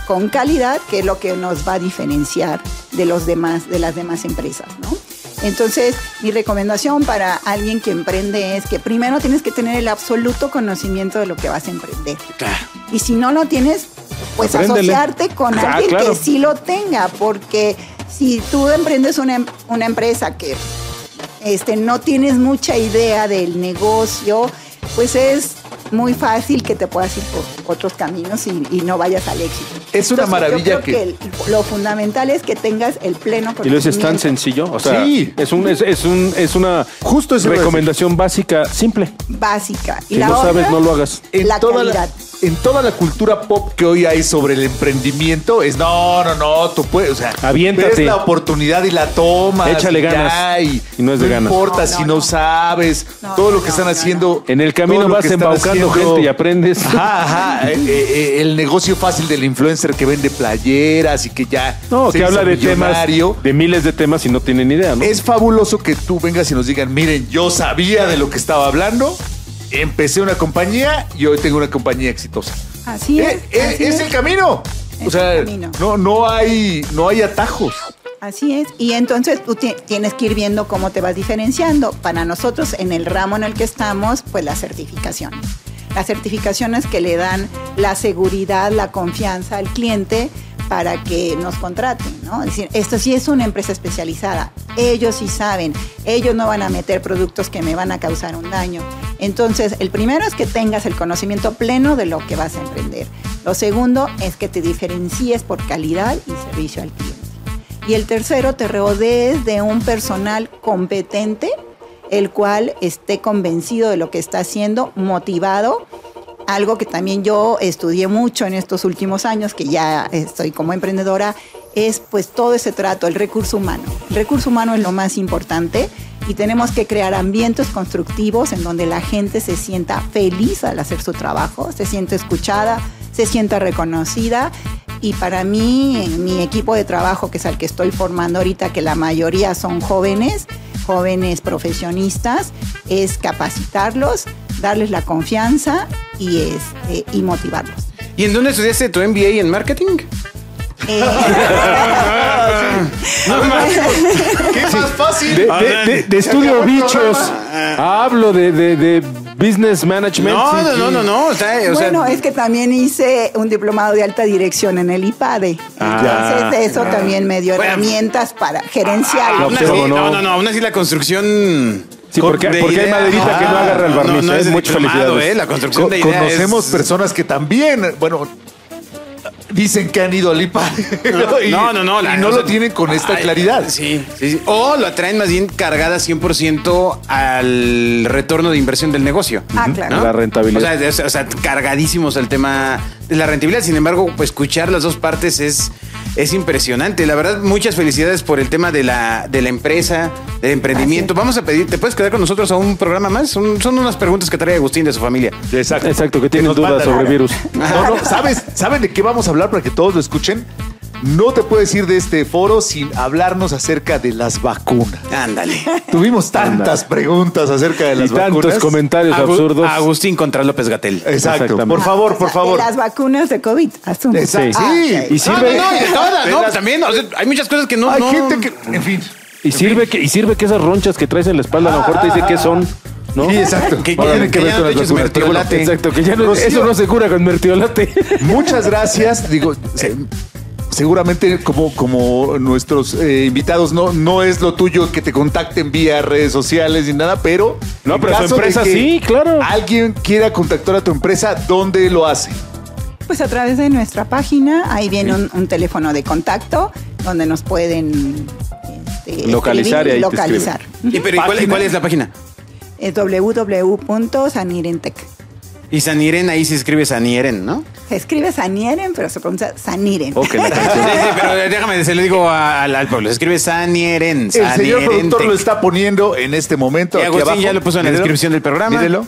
con calidad, que es lo que nos va a diferenciar de, los demás, de las demás empresas, ¿no? Entonces, mi recomendación para alguien que emprende es que primero tienes que tener el absoluto conocimiento de lo que vas a emprender. Y si no lo tienes, pues
Apréndele.
asociarte con
Ah,
alguien
claro.
que sí lo tenga, porque si tú emprendes una, em- una empresa que este, no tienes mucha idea del negocio, pues es muy fácil que te puedas ir por otros caminos y, y no vayas al éxito.
Es una maravilla
yo creo que... el- lo fundamental es que tengas el pleno
Y lo es tan
conocimiento.
sencillo. O sea,
Sí.
es, un, es, es un, es una
Justo eso iba a decir.
recomendación básica, simple.
básica.
Si no sabes, no lo hagas.
en
la
toda la,
calidad.
en toda la cultura pop que hoy hay sobre el emprendimiento es no, no, no, tú puedes, o sea,
Aviéntate.
ves la oportunidad y la tomas.
Échale
y ya,
ganas.
y
Y no es de ganas.
importa
No,
si
no,
no,
no.
sabes,
No,
todo lo
no,
que están
no, no,
haciendo.
En el camino
todo lo
vas
que están
embaucando
haciendo-
gente y aprendes.
Ajá, ajá, eh, eh, eh, el negocio fácil del influencer que vende playeras y que ya
No,
se
que
hizo
habla de temas,
millonario.
de miles de temas y no tiene ni idea, ¿no?
Es fabuloso que tú vengas y nos digan, miren, yo sabía de lo que estaba hablando, empecé una compañía y hoy tengo una compañía exitosa.
Así es.
Eh, eh,
así
es, el camino.
Es
o sea,
el camino.
No, no, hay, no hay atajos.
Así es. Y entonces tú ti- tienes que ir viendo cómo te vas diferenciando. Para nosotros, en el ramo en el que estamos, pues las certificaciones. Las certificaciones que le dan la seguridad, la confianza al cliente para que nos contraten, ¿no? Es decir, esto sí es una empresa especializada. Ellos sí saben. Ellos no van a meter productos que me van a causar un daño. Entonces, el primero es que tengas el conocimiento pleno de lo que vas a emprender. Lo segundo es que te diferencies por calidad y servicio al cliente. Y el tercero, te rodees de un personal competente, el cual esté convencido de lo que está haciendo, motivado. Algo que también yo estudié mucho en estos últimos años, que ya estoy como emprendedora, es pues todo ese trato, el recurso humano. El recurso humano es lo más importante y tenemos que crear ambientes constructivos en donde la gente se sienta feliz al hacer su trabajo, se sienta escuchada, se sienta reconocida y para mí, en mi equipo de trabajo, que es al que estoy formando ahorita, que la mayoría son jóvenes, jóvenes profesionistas, es capacitarlos, darles la confianza y, este, y motivarlos.
¿Y en dónde estudiaste tu MBA en marketing?
Eh,
¿Qué más fácil?
De,
Ah,
de- de- de estudio bichos. Ah. Hablo de, de- de business management.
No,
Sí,
no,
sí.
no, no, no. o sea, o sea,
bueno, es que también hice un diplomado de alta dirección en el IPADE.
Ah,
Entonces, eso también me dio
Bueno.
herramientas para
Ah,
gerencial.
aún así,
Observo,
no,
no.
no, no, aún así la construcción.
Sí, porque-
de
porque hay
idea- Ah.
maderita que no agarra el barniz,
No, no
¿eh?
es de
Muchas
diplomado,
felicidades.
¿eh? La construcción
Co-
de ideas.
conocemos personas que también, bueno, dicen que han ido al IPA. ¿no? Y-
no, no, no. la-
y no
o sea,
lo tienen con esta
ay,
claridad.
Sí, sí, sí. O lo atraen más bien cargada 100% al retorno de inversión del negocio.
Ah, claro.
¿no?
La rentabilidad.
O sea, de- O sea, cargadísimos al tema de la rentabilidad. Sin embargo, pues, escuchar las dos partes es, es impresionante. La verdad, muchas felicidades por el tema de la, de la empresa, del emprendimiento. Vamos a pedir, ¿te puedes quedar con nosotros a un programa más? Son, son unas preguntas que trae Agustín de su familia.
Exacto.
Exacto, que tienen
nos
dudas
mandan.
sobre virus.
No, no, ¿sabes, ¿saben de qué vamos a hablar para que todos lo escuchen? No te puedes ir de este foro sin hablarnos acerca de las vacunas.
Ándale.
Tuvimos tantas preguntas acerca de
Y
las
tantos
vacunas.
comentarios
Agu-
absurdos.
Agustín contra López Gatel.
Exacto.
Exactamente.
Por favor, por
O sea,
favor.
Ah, de Las vacunas de COVID, asumo.
Exacto.
Sí.
Sí.
Ah, ok.
Y
No,
sirve,
no, no, y de todas,
De
no,
las-
también, o sea, hay muchas cosas que no...
Hay
no-
gente que. En fin.
y sirve que, y sirve que esas ronchas que traes en la espalda a lo mejor te dice que son. ¿no?
Sí, exacto.
Que-
Ahora,
que-
tiene que
que
ver
ya
con
no
las
te eches
vacunas,
mertiolate.
pero bueno,
Exacto, que ya no,
Rocío.
eso no se cura con mertiolate.
Muchas gracias. Digo, se- seguramente como, como nuestros eh, invitados no, no es lo tuyo que te contacten vía redes sociales ni nada, pero...
No,
en
pero su
caso de
empresa
que
sí, claro.
Alguien quiera contactar a tu empresa, ¿dónde lo hace?
Pues a través de nuestra página, ahí viene un, un teléfono de contacto donde nos pueden este,
Localizar y
escribir
ahí te
localizar.
Y, pero, ¿y cuál, y cuál es la página?
Eh, www.sanirentec.
Y Saniren, ahí se escribe Saniren, ¿no?
Se escribe Saniren, pero se pronuncia Saniren.
Ok, la
Sí, sí, pero déjame, se lo digo a- al, al pueblo. Se escribe Sanieren.
El señor productor lo
Sanierentec.
está poniendo en este momento.
Y
aquí
Agustín
abajo.
ya lo puso en la
Mírelo.
descripción del programa.
Mírelo.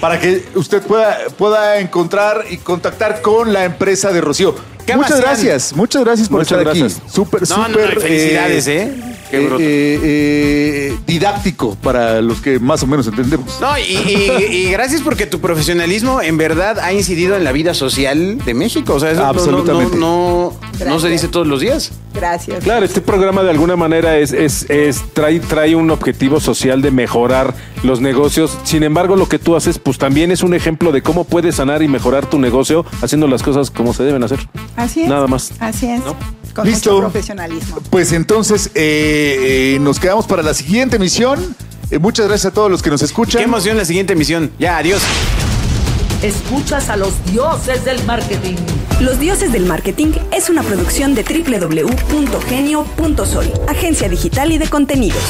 Para que usted pueda, pueda encontrar y contactar con la empresa de Rocío.
¡Qué
Muchas
emoción!
gracias, muchas gracias por
Muchas
estar aquí.
gracias.
Súper,
No, no,
súper.
no, y felicidades, ¿eh? Qué
eh,
bruto.
eh, eh, didáctico para los que más o menos entendemos.
No, y, y- y gracias porque tu profesionalismo en verdad ha incidido en la vida social de México. O sea, eso no- no-
Absolutamente.
no, no, no se
Gracias.
dice todos los días.
Gracias.
Claro, este programa de alguna manera es, es, es- trae, trae un objetivo social de mejorar los negocios. Sin embargo, lo que tú haces, pues también es un ejemplo de cómo puedes sanar y mejorar tu negocio haciendo las cosas como se deben hacer.
Así es.
Nada más.
Así es. Con
Listo.
mucho profesionalismo.
Pues entonces eh, eh, nos quedamos para la siguiente misión. Eh, muchas gracias a todos los que nos
Qué
escuchan.
emoción la siguiente emisión. Ya, adiós.
Escuchas a los dioses del marketing.
Los Dioses del Marketing es una producción de www.genio.sol, agencia digital y de contenidos.